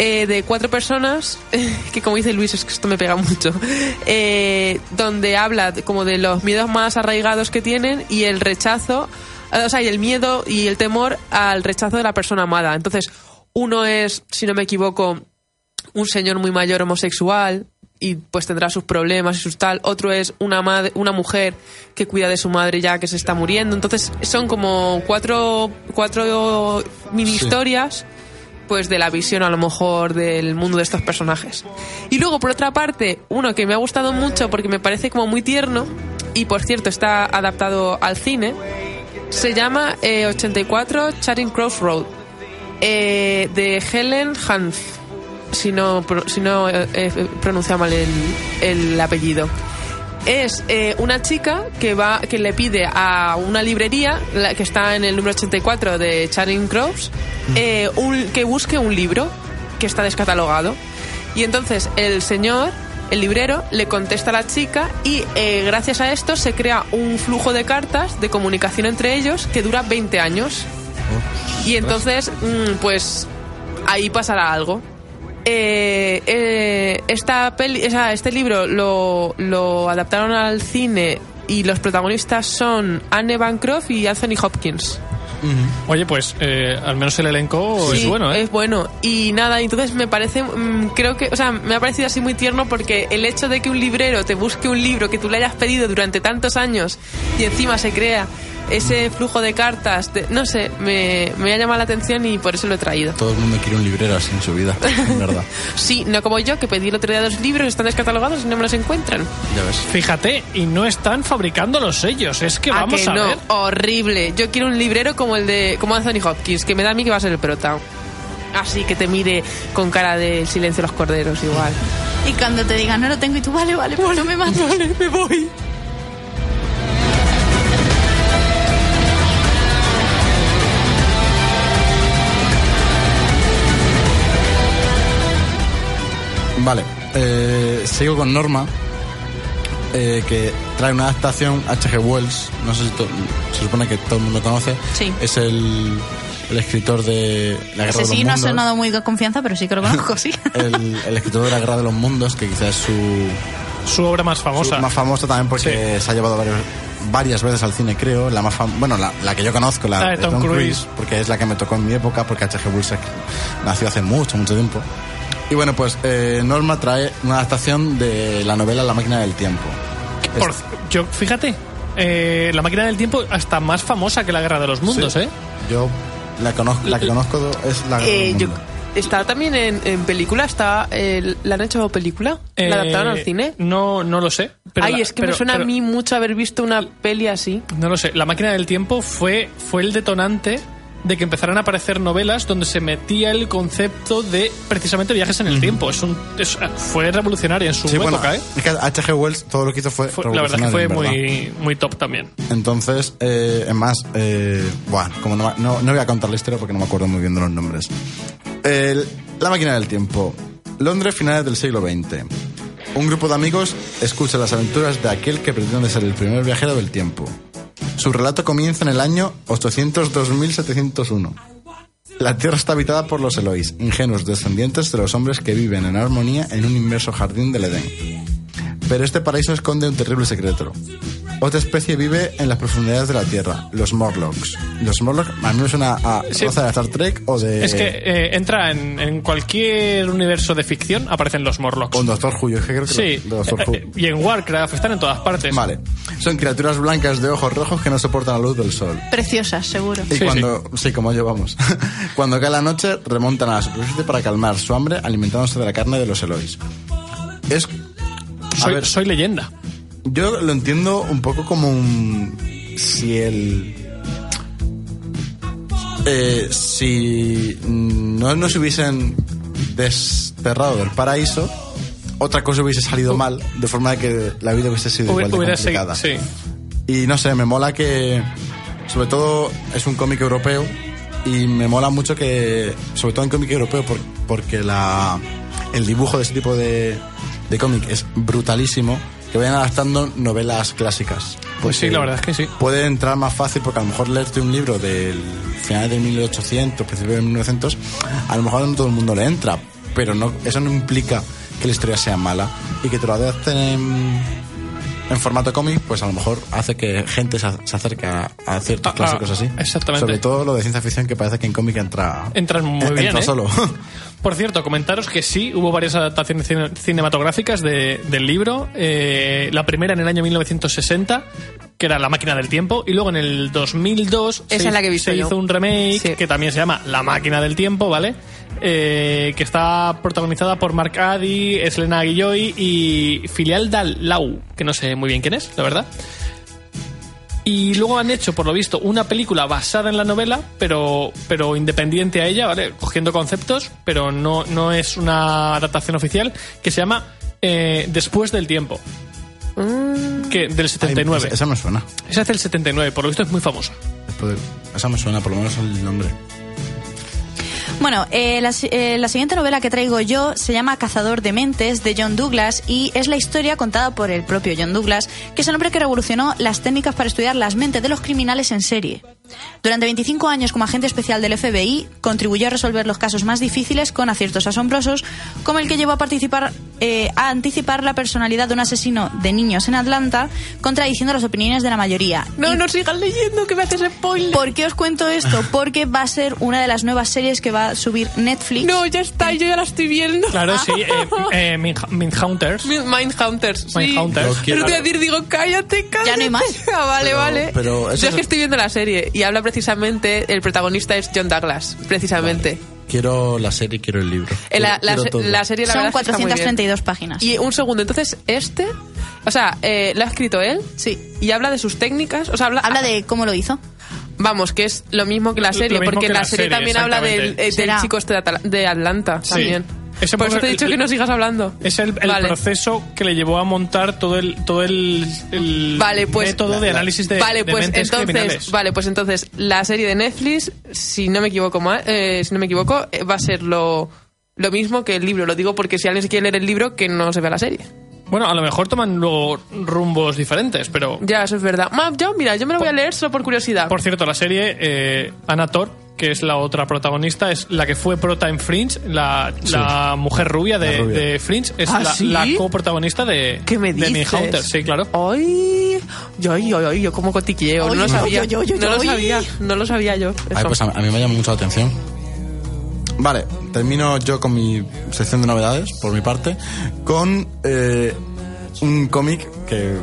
Speaker 3: eh, de cuatro personas, que como dice Luis, es que esto me pega mucho, eh, donde habla de- como de los miedos más arraigados que tienen y el rechazo, eh, o sea, y el miedo y el temor al rechazo de la persona amada. Entonces, uno es, si no me equivoco, un señor muy mayor homosexual y pues tendrá sus problemas y sus tal. Otro es una madre, una mujer que cuida de su madre ya que se está muriendo. Entonces son como cuatro, cuatro mini
Speaker 2: Sí.
Speaker 3: historias pues de la visión a lo mejor del mundo de estos personajes. Y luego por otra parte, uno que me ha gustado mucho porque me parece como muy tierno y por cierto está adaptado al cine, se llama eh, 84 Charing Cross Road eh, de Helen Hans, si no, pro- si no eh, eh, pronuncio mal el, el apellido. Es eh, una chica que va que le pide a una librería la que está en el número 84 de Charing Cross eh, un- que busque un libro que está descatalogado. Y entonces el señor el librero le contesta a la chica y eh, gracias a esto se crea un flujo de cartas de comunicación entre ellos que dura 20 años. Y entonces, mm, pues ahí pasará algo. Eh, eh, esta peli, o sea, este libro lo, lo adaptaron al cine y los protagonistas son Anne Bancroft y Anthony Hopkins.
Speaker 4: Oye, pues eh, al menos el elenco
Speaker 3: Sí,
Speaker 4: es bueno, ¿eh?
Speaker 3: Es bueno. Y nada, entonces me parece, mm, creo que, o sea, me ha parecido así muy tierno porque el hecho de que un librero te busque un libro que tú le hayas pedido durante tantos años y encima se crea ese flujo de cartas, de- no sé, me, me ha llamado la atención y por eso lo he traído.
Speaker 2: Todo el mundo quiere un librero así en su vida, en verdad.
Speaker 3: Sí, no como yo, que pedí el otro día dos libros, están descatalogados y no me los encuentran.
Speaker 2: Ya ves.
Speaker 4: Fíjate, y no están fabricando los sellos. Es que
Speaker 3: ¿A
Speaker 4: vamos
Speaker 3: que
Speaker 4: a
Speaker 3: no?
Speaker 4: ver.
Speaker 3: Horrible. Yo quiero un librero como el de como Anthony Hopkins, que me da a mí que va a ser el prota. Así que te mire con cara de silencio los corderos igual.
Speaker 1: Y cuando te digan, no lo tengo, y tú, vale, vale, pues no me mates.
Speaker 3: me voy.
Speaker 2: Vale, eh, sigo con Norma, eh, que trae una adaptación H.G. Wells, no sé si to- se supone que todo el mundo conoce,
Speaker 1: Sí.
Speaker 2: es el, el escritor de La Guerra
Speaker 1: Ese sí
Speaker 2: de
Speaker 1: no ha
Speaker 2: los Mundos,
Speaker 1: sonado muy de confianza, pero sí que lo conozco, sí.
Speaker 2: el, el escritor de La Guerra de los Mundos, que quizás es su,
Speaker 4: Su obra más
Speaker 2: su
Speaker 4: famosa.
Speaker 2: más famosa también porque se ha llevado varios- varias veces al cine, creo, la más fam- bueno, la, la que yo conozco, la,
Speaker 4: La Ah, de Tom Cruise.
Speaker 2: porque es la que me tocó en mi época, porque H.G. Wells nació hace mucho, mucho tiempo. Y bueno, pues eh, Norma trae una adaptación de la novela La máquina del tiempo.
Speaker 4: Por- yo, fíjate, eh, la máquina del tiempo hasta más famosa que la guerra de los mundos,
Speaker 2: Sí.
Speaker 4: ¿eh?
Speaker 2: Yo la conozco, la que conozco es la
Speaker 3: Eh,
Speaker 2: del
Speaker 3: yo,
Speaker 2: mundo.
Speaker 3: está también en, en película, está eh, ¿la han hecho película?
Speaker 4: Eh,
Speaker 3: ¿La adaptaron al cine?
Speaker 4: No, no lo sé. Pero
Speaker 3: Ay,
Speaker 4: la-
Speaker 3: es que
Speaker 4: pero-
Speaker 3: me suena
Speaker 4: pero-
Speaker 3: a mí mucho haber visto una peli así.
Speaker 4: No lo sé. La máquina del tiempo fue, fue el detonante de que empezaran a aparecer novelas donde se metía el concepto de precisamente viajes en el tiempo. Es un, es- fue revolucionaria en su
Speaker 2: Sí, bueno,
Speaker 4: época, ¿eh?
Speaker 2: es que H.G. Wells todo lo que hizo fue,
Speaker 4: Fue- la verdad es que fue
Speaker 2: revolucionario, en verdad.
Speaker 4: muy, muy top también.
Speaker 2: Entonces, eh, es más, eh, bueno, como no, no- no voy a contar la historia porque no me acuerdo muy bien de los nombres. El- la máquina del tiempo. Londres, finales del siglo XX. Un grupo de amigos escucha las aventuras de aquel que pretende ser el primer viajero del tiempo. Su relato comienza en el año 802.701. La Tierra está habitada por los Elois, ingenuos descendientes de los hombres que viven en armonía en un inmerso jardín del Edén. Pero este paraíso esconde un terrible secreto. Otra especie vive en las profundidades de la Tierra, los Morlocks. Los Morlocks a mí me suena a
Speaker 4: Sí.
Speaker 2: raza de Star Trek o de...
Speaker 4: Es que eh, entra en, en cualquier universo de ficción, aparecen los Morlocks.
Speaker 2: O en Doctor Who, yo es que creo que de
Speaker 4: Sí,
Speaker 2: Doctor Who.
Speaker 4: eh, eh, y en Warcraft están en todas partes.
Speaker 2: Vale. Son criaturas blancas de ojos rojos que no soportan la luz del sol.
Speaker 1: Preciosas, seguro.
Speaker 2: Y
Speaker 4: Sí,
Speaker 2: cuando, sí. como yo vamos. cuando cae la noche, remontan a la superficie para calmar su hambre alimentándose de la carne de los Elois. Es. A
Speaker 4: Soy,
Speaker 2: ver,
Speaker 4: soy leyenda.
Speaker 2: yo lo entiendo un poco como un. Si el. eh, si no nos hubiesen desterrado del paraíso, otra cosa hubiese salido mal, de forma que la vida hubiese sido igual de
Speaker 4: Hubiera seguido-
Speaker 2: complicada.
Speaker 4: sí.
Speaker 2: Y no sé, me mola que. Sobre todo es un cómic europeo. Y me mola mucho que. Sobre todo en cómic europeo, por- porque la, el dibujo de este tipo de, de cómic es brutalísimo. Que vayan adaptando novelas clásicas.
Speaker 4: Pues sí,
Speaker 2: Porque
Speaker 4: la verdad es que sí.
Speaker 2: Puede entrar más fácil porque a lo mejor leerte un libro del final de 1800, principio de 1900, a lo mejor no todo el mundo le entra. Pero no, eso no implica que la historia sea mala. Y que te lo adapten en, en formato cómic, pues a lo mejor hace que gente se, se acerque a, a ciertos
Speaker 4: Ah,
Speaker 2: clásicos
Speaker 4: ah,
Speaker 2: así.
Speaker 4: exactamente.
Speaker 2: Sobre todo lo de ciencia ficción que parece que en cómic entra.
Speaker 4: Entran muy
Speaker 2: en-
Speaker 4: bien,
Speaker 2: entra
Speaker 4: ¿eh?
Speaker 2: solo. pues
Speaker 4: Por cierto, comentaros que sí, hubo varias adaptaciones cine- cinematográficas de- del libro. Eh, la primera en el año 1960, que era La máquina del tiempo, y luego en el 2002
Speaker 3: Esa
Speaker 4: se,
Speaker 3: es la que he visto
Speaker 4: se
Speaker 3: yo.
Speaker 4: hizo un remake
Speaker 3: Sí.
Speaker 4: que también se llama La máquina del tiempo, ¿vale? Eh, que está protagonizada por Mark Addy, Selena Aguilloy y Filial Lau, que no sé muy bien quién es, la verdad. Y luego han hecho, por lo visto, una película basada en la novela, pero, pero independiente a ella, ¿vale? Cogiendo conceptos, pero no, no es una adaptación oficial, que se llama eh, Después del tiempo.
Speaker 3: Mm.
Speaker 4: Que, del
Speaker 2: Ay,
Speaker 4: 79.
Speaker 2: esa, esa me suena.
Speaker 4: Esa es del 79, por lo visto es muy famosa.
Speaker 2: Después de- esa me suena, por lo menos el nombre.
Speaker 1: Bueno, eh, la, si- eh, la siguiente novela que traigo yo se llama Cazador de Mentes de John Douglas y es la historia contada por el propio John Douglas, que es el hombre que revolucionó las técnicas para estudiar las mentes de los criminales en serie. Durante 25 años como agente especial del FBI, contribuyó a resolver los casos más difíciles con aciertos asombrosos, como el que llevó a participar eh, a anticipar la personalidad de un asesino de niños en Atlanta, contradiciendo las opiniones de la mayoría.
Speaker 3: No,
Speaker 1: Y-
Speaker 3: no sigan leyendo, que me haces spoiler.
Speaker 1: ¿Por qué os cuento esto?
Speaker 3: Ah.
Speaker 1: Porque va a ser una de las nuevas series que va a subir
Speaker 4: Pues-
Speaker 1: Netflix.
Speaker 3: No, ya está, yo ya la estoy viendo.
Speaker 4: Claro, sí. Eh, eh, Min- Mindhunters.
Speaker 3: Mindhunters, sí.
Speaker 4: Mindhunters.
Speaker 2: Lo
Speaker 3: Pero
Speaker 2: quiero.
Speaker 3: te voy a decir, digo, cállate, cállate.
Speaker 1: Ya no hay más.
Speaker 3: Ah, vale,
Speaker 2: Pero-
Speaker 3: vale.
Speaker 2: pero eso
Speaker 3: Yo es que
Speaker 2: es-
Speaker 3: estoy viendo la serie y habla precisamente, el protagonista es John Douglas, precisamente.
Speaker 2: Quiero la serie, quiero el libro.
Speaker 3: Eh, La, la
Speaker 2: Quiero
Speaker 3: se-
Speaker 2: todo.
Speaker 3: la serie, la
Speaker 1: Son
Speaker 3: verdad es que está muy bien.
Speaker 1: 432 páginas.
Speaker 3: Y un segundo, entonces este, o sea, eh, lo ha escrito él
Speaker 1: Sí.
Speaker 3: y habla de sus técnicas, o sea, habla, ah,
Speaker 1: Habla de cómo lo hizo.
Speaker 3: vamos, que es lo mismo que la
Speaker 4: Lo
Speaker 3: serie,
Speaker 4: mismo
Speaker 3: porque
Speaker 4: que
Speaker 3: la,
Speaker 4: la
Speaker 3: serie
Speaker 4: serie,
Speaker 3: también habla del,
Speaker 4: exactamente.
Speaker 3: eh, del
Speaker 1: Será.
Speaker 3: chico este de, Atala- de Atlanta
Speaker 4: Sí.
Speaker 3: también.
Speaker 4: Ese
Speaker 3: Por
Speaker 4: poco
Speaker 3: eso te he
Speaker 4: el-
Speaker 3: dicho que no sigas hablando.
Speaker 4: Es el, el
Speaker 3: Vale.
Speaker 4: proceso que le llevó a montar todo el, todo el, el
Speaker 3: Vale, pues-
Speaker 4: método de análisis de,
Speaker 3: vale,
Speaker 4: de
Speaker 3: pues
Speaker 4: mentes
Speaker 3: entonces,
Speaker 4: criminales.
Speaker 3: Vale, pues entonces, la serie de Netflix, si no me equivoco, ma- eh, si no me equivoco eh, va a ser lo, lo mismo que el libro. Lo digo porque si alguien se quiere leer el libro, que no se vea la serie.
Speaker 4: Bueno, a lo mejor toman luego rumbos diferentes, pero...
Speaker 3: Ya, eso es verdad. Ma, yo, mira, yo me lo voy a leer solo por curiosidad.
Speaker 4: Por cierto, la serie, eh, Anna Thor, que es la otra protagonista, es la que fue prota en Fringe, la, la mujer rubia de,
Speaker 2: La rubia.
Speaker 4: de Fringe, es
Speaker 3: ¿Ah,
Speaker 4: la,
Speaker 3: sí?
Speaker 4: la coprotagonista de,
Speaker 3: ¿Qué me
Speaker 4: de
Speaker 3: dices?
Speaker 4: Mindhunter. Sí, claro.
Speaker 2: Eh,
Speaker 3: Ay, yo, ay, ay, ay, yo como cotiqueo,
Speaker 1: Ay,
Speaker 3: no lo
Speaker 1: ay,
Speaker 3: sabía,
Speaker 1: ay, ay, ay,
Speaker 3: no lo
Speaker 1: ay.
Speaker 3: sabía, no lo sabía yo.
Speaker 2: Ay,
Speaker 3: eso.
Speaker 2: pues a, a mí me llama mucho la atención. Vale, termino yo con mi sección de novedades, por mi parte, con eh, un cómic que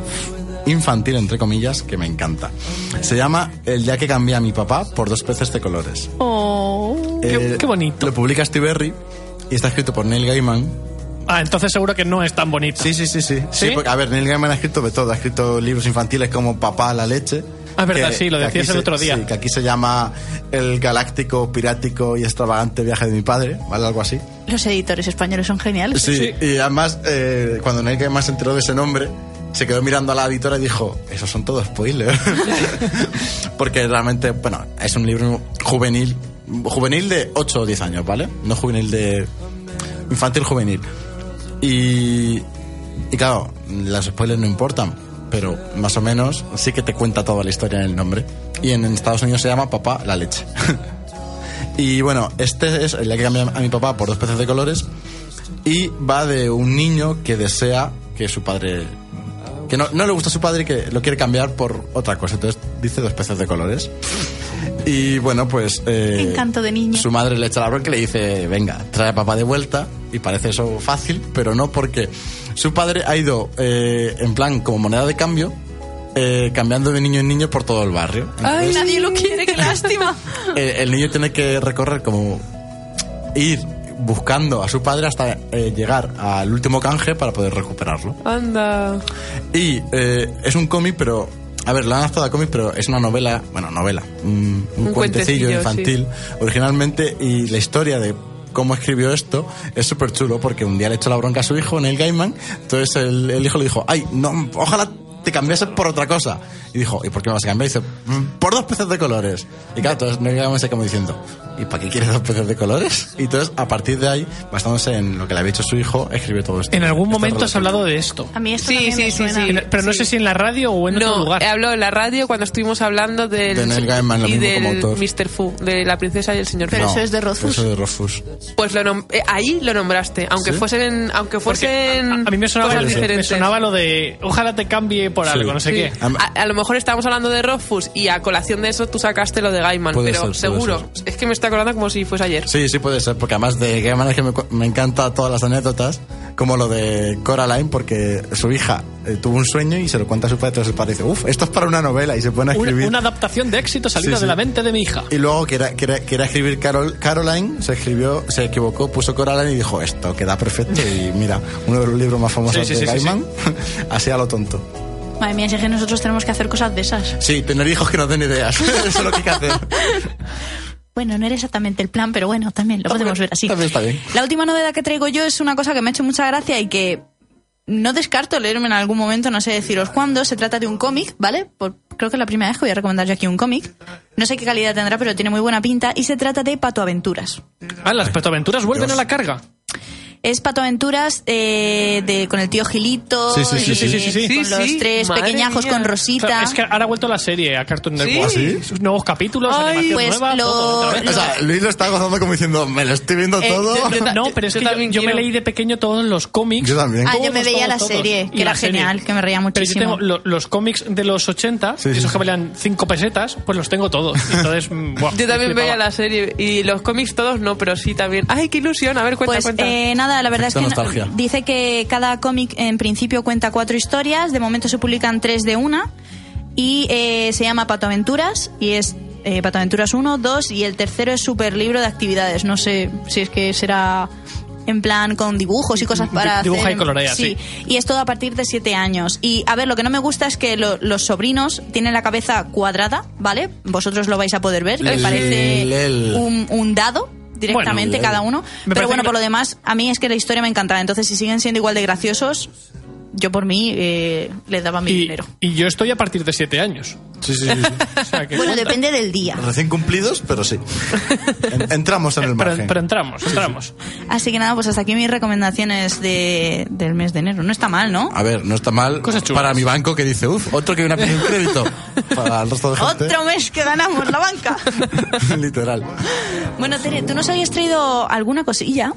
Speaker 2: infantil, entre comillas, que me encanta. Se llama El día que cambié a mi papá por dos peces de colores.
Speaker 4: Oh, qué,
Speaker 2: Eh,
Speaker 4: qué bonito.
Speaker 2: Lo publica Steve Berry y está escrito por Neil Gaiman.
Speaker 4: Ah, entonces seguro que no es tan bonito.
Speaker 2: Sí, sí, sí, sí.
Speaker 4: ¿Sí?
Speaker 2: porque, a ver, Neil Gaiman ha escrito de todo. Ha escrito libros infantiles como Papá a la leche.
Speaker 4: Ah, es verdad, sí, lo
Speaker 2: que aquí
Speaker 4: decías el
Speaker 2: se-
Speaker 4: otro día.
Speaker 2: sí, que aquí se llama El galáctico, pirático y extravagante viaje de mi padre, ¿vale? Algo así.
Speaker 1: Los editores españoles son geniales.
Speaker 2: Sí, y además, eh, cuando Neil Gaiman se enteró de ese nombre, se quedó mirando a la editora y dijo, esos son todos spoilers. Porque realmente, bueno, es un libro juvenil, juvenil de 8 o 10 años, ¿vale? No juvenil de... infantil juvenil. Y... Y claro, los spoilers no importan, pero más o menos sí que te cuenta toda la historia en el nombre. Y en Estados Unidos se llama Papá la leche. y bueno, este es el día que cambié a mi papá por dos peces de colores y va de un niño que desea que su padre que no, no le gusta su padre y que lo quiere cambiar por otra cosa entonces dice dos peces de colores y bueno pues eh,
Speaker 1: Qué encanto de niño.
Speaker 2: su madre le echa la bronca y le dice venga trae a papá de vuelta y parece eso fácil pero no porque su padre ha ido eh, en plan como moneda de cambio eh, cambiando de niño en niño por todo el barrio
Speaker 1: Ay, nadie lo quiere, qué lástima.
Speaker 2: eh, el niño tiene que recorrer como ir buscando a su padre hasta eh, llegar al último canje para poder recuperarlo.
Speaker 3: Anda.
Speaker 2: Y eh, es un cómic, pero... A ver, lo han adaptado a cómic, pero es una novela, bueno, novela, un, un
Speaker 3: Un
Speaker 2: cuentecillo,
Speaker 3: cuentecillo,
Speaker 2: infantil originalmente y la historia de cómo escribió esto es súper chulo porque un día le echó la bronca a su hijo, Neil Gaiman, entonces el, el hijo le dijo, ay, no, ojalá te cambiases por otra cosa. Y dijo, ¿y por qué me vas a cambiar? Y dice, "Mm, por dos peces de colores. Y claro, entonces Neil Gaiman se como diciendo, ¿y para qué quieres dos peces de colores? Y entonces, a partir de ahí, basándose en lo que le había hecho su hijo, escribe todo esto.
Speaker 4: En algún
Speaker 2: Esta
Speaker 4: momento has
Speaker 2: relación.
Speaker 4: hablado de esto.
Speaker 1: A mí esto
Speaker 3: Sí,
Speaker 1: también me
Speaker 3: sí, sí,
Speaker 1: suena.
Speaker 3: sí.
Speaker 4: En- Pero no sé si en la radio o en otro
Speaker 3: No, eh,
Speaker 4: lugar.
Speaker 3: he hablado en la radio cuando estuvimos hablando del
Speaker 2: De Neil Gaiman, lo
Speaker 3: y
Speaker 2: mismo
Speaker 3: del
Speaker 2: como autor.
Speaker 3: Mr. Fu, de la princesa y el señor
Speaker 1: Pero
Speaker 3: Fu.
Speaker 1: eso es de Rofus.
Speaker 2: Eso es de Rofus.
Speaker 3: Pues lo nom- eh, ahí lo nombraste, aunque
Speaker 2: ¿Sí?
Speaker 3: fuesen, aunque
Speaker 4: Porque
Speaker 3: fuesen
Speaker 4: a, a mí me sonaba,
Speaker 3: cosas
Speaker 4: me
Speaker 3: diferentes.
Speaker 4: sonaba lo de ojalá te cambie por
Speaker 2: Sí.
Speaker 4: algo, no sé
Speaker 3: Sí.
Speaker 4: qué.
Speaker 2: Am-
Speaker 3: A, a lo mejor estábamos hablando de Rofus y a colación de eso tú sacaste lo de Gaiman,
Speaker 2: Puede ser,
Speaker 3: pero
Speaker 2: puede
Speaker 3: seguro. Es que me está acordando como si fuese ayer.
Speaker 2: Sí, sí puede ser, porque además de qué manera que me, cu- me encanta todas las anécdotas, como lo de Coraline, porque su hija eh, tuvo un sueño y se lo cuenta a su padre, entonces el padre dice, uff, esto es para una novela y se pone a
Speaker 4: Una,
Speaker 2: escribir.
Speaker 4: una adaptación de éxito salida
Speaker 2: Sí, Ah, sí.
Speaker 4: de la mente de mi hija.
Speaker 2: Y luego quería, quería, quería escribir Carol, Caroline, se escribió, se equivocó, puso Coraline y dijo, esto queda perfecto y mira, uno de los libros más famosos
Speaker 4: Sí, sí,
Speaker 2: de
Speaker 4: sí, sí,
Speaker 2: Gaiman, así a lo tonto.
Speaker 1: Madre mía, si es que nosotros tenemos que hacer cosas de esas.
Speaker 2: Sí, tener hijos que no den ideas, eso es lo que hay que hacer.
Speaker 1: Bueno, no era exactamente el plan, pero bueno, también lo podemos ver así.
Speaker 2: También está bien.
Speaker 1: La última novedad que traigo yo es una cosa que me ha hecho mucha gracia y que mm, no descarto leerme en algún momento, no sé deciros cuándo. Se trata de un cómic, ¿vale? Por- creo que es la primera vez que voy a recomendar yo aquí un cómic. No sé qué calidad tendrá, pero tiene muy buena pinta. Y se trata de Pato Aventuras.
Speaker 4: Ah, las petoaventuras vuelven
Speaker 2: Dios.
Speaker 4: a la carga.
Speaker 1: Es Pato Aventuras eh, de, con el tío Gilito,
Speaker 2: Sí, sí, sí,
Speaker 1: y
Speaker 4: sí, sí, sí, sí.
Speaker 1: con
Speaker 3: Sí,
Speaker 1: los
Speaker 3: sí,
Speaker 1: tres
Speaker 3: madre
Speaker 1: pequeñajos
Speaker 3: mía.
Speaker 1: con Rosita.
Speaker 4: Claro, es que ahora ha vuelto la serie a Cartoon Network.
Speaker 2: ¿Sí?
Speaker 4: Sus nuevos capítulos,
Speaker 3: Ay,
Speaker 4: animación
Speaker 1: pues
Speaker 4: nueva,
Speaker 1: lo-
Speaker 4: todo, otra vez.
Speaker 2: O sea, Luis lo está gozando como diciendo, me lo estoy viendo
Speaker 3: Eh,
Speaker 2: todo.
Speaker 3: yo- yo-
Speaker 4: No, pero es
Speaker 3: Yo
Speaker 4: que yo,
Speaker 3: también
Speaker 4: yo me
Speaker 3: quiero.
Speaker 4: leí de pequeño todos los cómics.
Speaker 2: Yo también.
Speaker 1: Ah, yo
Speaker 4: Todos,
Speaker 1: me veía
Speaker 4: todos,
Speaker 1: la
Speaker 4: todos.
Speaker 1: serie,
Speaker 4: Y
Speaker 1: que
Speaker 4: la
Speaker 1: era genial, que me reía
Speaker 4: Pero
Speaker 1: muchísimo.
Speaker 4: yo tengo lo- los cómics de los 80,
Speaker 2: Sí, sí,
Speaker 4: esos
Speaker 2: sí.
Speaker 4: que valían 5 pesetas, pues los tengo todos. Entonces, mm, buah,
Speaker 3: Yo también
Speaker 4: me flipaba.
Speaker 3: veía la serie y los cómics todos no, pero sí también. ¡Ay, qué ilusión! A ver, cuenta,
Speaker 1: Pues
Speaker 3: cuenta.
Speaker 1: eh, nada, la verdad es
Speaker 2: Esta
Speaker 1: que no-
Speaker 2: nostalgia.
Speaker 1: dice que cada cómic en principio cuenta cuatro historias, de momento se publican tres de una y eh, se llama Pato Aventuras y es eh, Pato Aventuras 1, 2 y el tercero es super libro de actividades, no sé si es que será en plan con dibujos y cosas para
Speaker 4: Dibuja
Speaker 1: hacer-
Speaker 4: y colorea, sí.
Speaker 1: y es todo a partir de siete años. Y a ver, lo que no me gusta es que lo- los sobrinos tienen la cabeza cuadrada, ¿vale? Vosotros lo vais a poder ver, que
Speaker 2: Lel.
Speaker 1: parece
Speaker 2: Lel.
Speaker 1: un, un dado directamente
Speaker 2: Bueno,
Speaker 1: cada uno.
Speaker 4: Me parece
Speaker 1: Pero bueno,
Speaker 4: que-
Speaker 1: por lo demás, a mí es que la historia me encantaba. Entonces, si siguen siendo igual de graciosos, yo por mí eh, les daba mi
Speaker 4: Y,
Speaker 1: dinero.
Speaker 4: y yo estoy a partir de 7 años.
Speaker 2: Sí, sí, sí, sí.
Speaker 4: O sea que-
Speaker 1: Bueno, depende del día.
Speaker 2: Recién cumplidos, pero sí. En- Entramos en el
Speaker 4: pero,
Speaker 2: margen.
Speaker 4: pero entramos, entramos.
Speaker 1: Así que nada, pues hasta aquí mis recomendaciones de, del mes de enero. No está mal, ¿no?
Speaker 4: Ah,
Speaker 2: A ver, no está mal
Speaker 4: Cosas chulas.
Speaker 2: para mi banco que dice, uff, otro que viene a pedir un crédito. para el resto de gente.
Speaker 1: Otro mes que ganamos la banca.
Speaker 2: Literal.
Speaker 1: Bueno, Tere, tú nos habías traído alguna cosilla.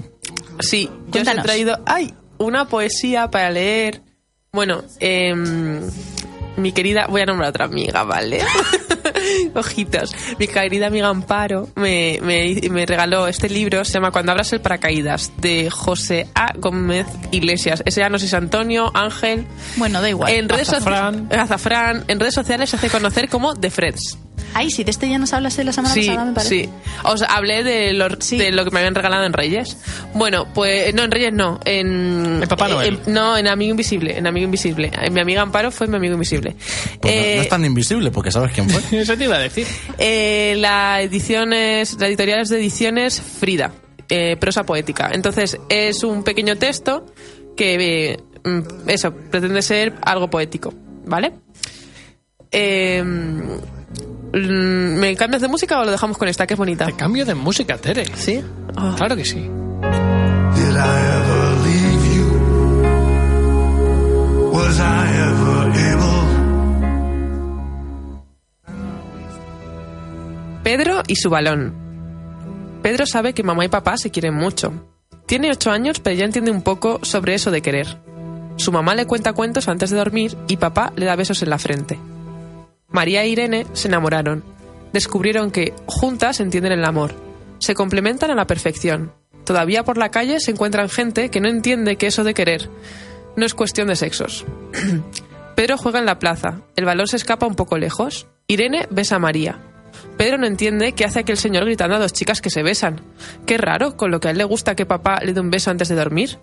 Speaker 3: Sí, yo os he
Speaker 1: Cuéntanos.
Speaker 3: traído. ¡Ay! Una poesía para leer. Bueno, em, mi querida. Voy a nombrar a otra amiga, ¿vale? Ojitos. Mi querida amiga Amparo me, me- me regaló este libro, se llama Cuando abras el paracaídas, de José A. Gómez Iglesias. Ese ya no sé si es Antonio, Ángel.
Speaker 1: Bueno, da igual.
Speaker 3: En redes, socia-
Speaker 4: Azafrán.
Speaker 3: Azafrán. en redes sociales se hace conocer como The Freds.
Speaker 1: Ay, si de este ya nos hablaste la semana
Speaker 3: Sí,
Speaker 1: pasada, me parece.
Speaker 3: sí. Os hablé de lo,
Speaker 1: Sí.
Speaker 3: de lo que me habían regalado en Reyes. Bueno, pues no, en Reyes no. En, eh,
Speaker 4: En Papá Noel.
Speaker 3: en- no, en Amigo Invisible. En Amigo Invisible. Eh, Mi amiga Amparo fue mi amigo invisible.
Speaker 2: Pues no-
Speaker 3: Eh,
Speaker 2: no es tan invisible porque sabes quién fue.
Speaker 4: Eso te iba a decir.
Speaker 3: eh, la edición es, la editorial es de ediciones Frida, eh, prosa poética. Entonces, es un pequeño texto que, eh, mm, eso, pretende ser algo poético, ¿vale? Eh, mm, ¿Me cambias de música o lo dejamos con esta, que es bonita?
Speaker 4: Te cambio de música, Tere.
Speaker 3: ¿Sí? Ah.
Speaker 4: Claro que sí.
Speaker 6: Did I ever leave you? Was I ever able?
Speaker 3: Pedro y su balón. Pedro sabe que mamá y papá se quieren mucho. Tiene ocho años, pero ya entiende un poco sobre eso de querer. Su mamá le cuenta cuentos antes de dormir y papá le da besos en la frente. María e Irene se enamoraron. Descubrieron que, juntas, entienden el amor. Se complementan a la perfección. Todavía por la calle se encuentran gente que no entiende que eso de querer no es cuestión de sexos. Pedro juega en la plaza. El balón se escapa un poco lejos. Irene besa a María. Pedro no entiende qué hace aquel señor gritando a dos chicas que se besan. Qué raro, con lo que a él le gusta que papá le dé un beso antes de dormir.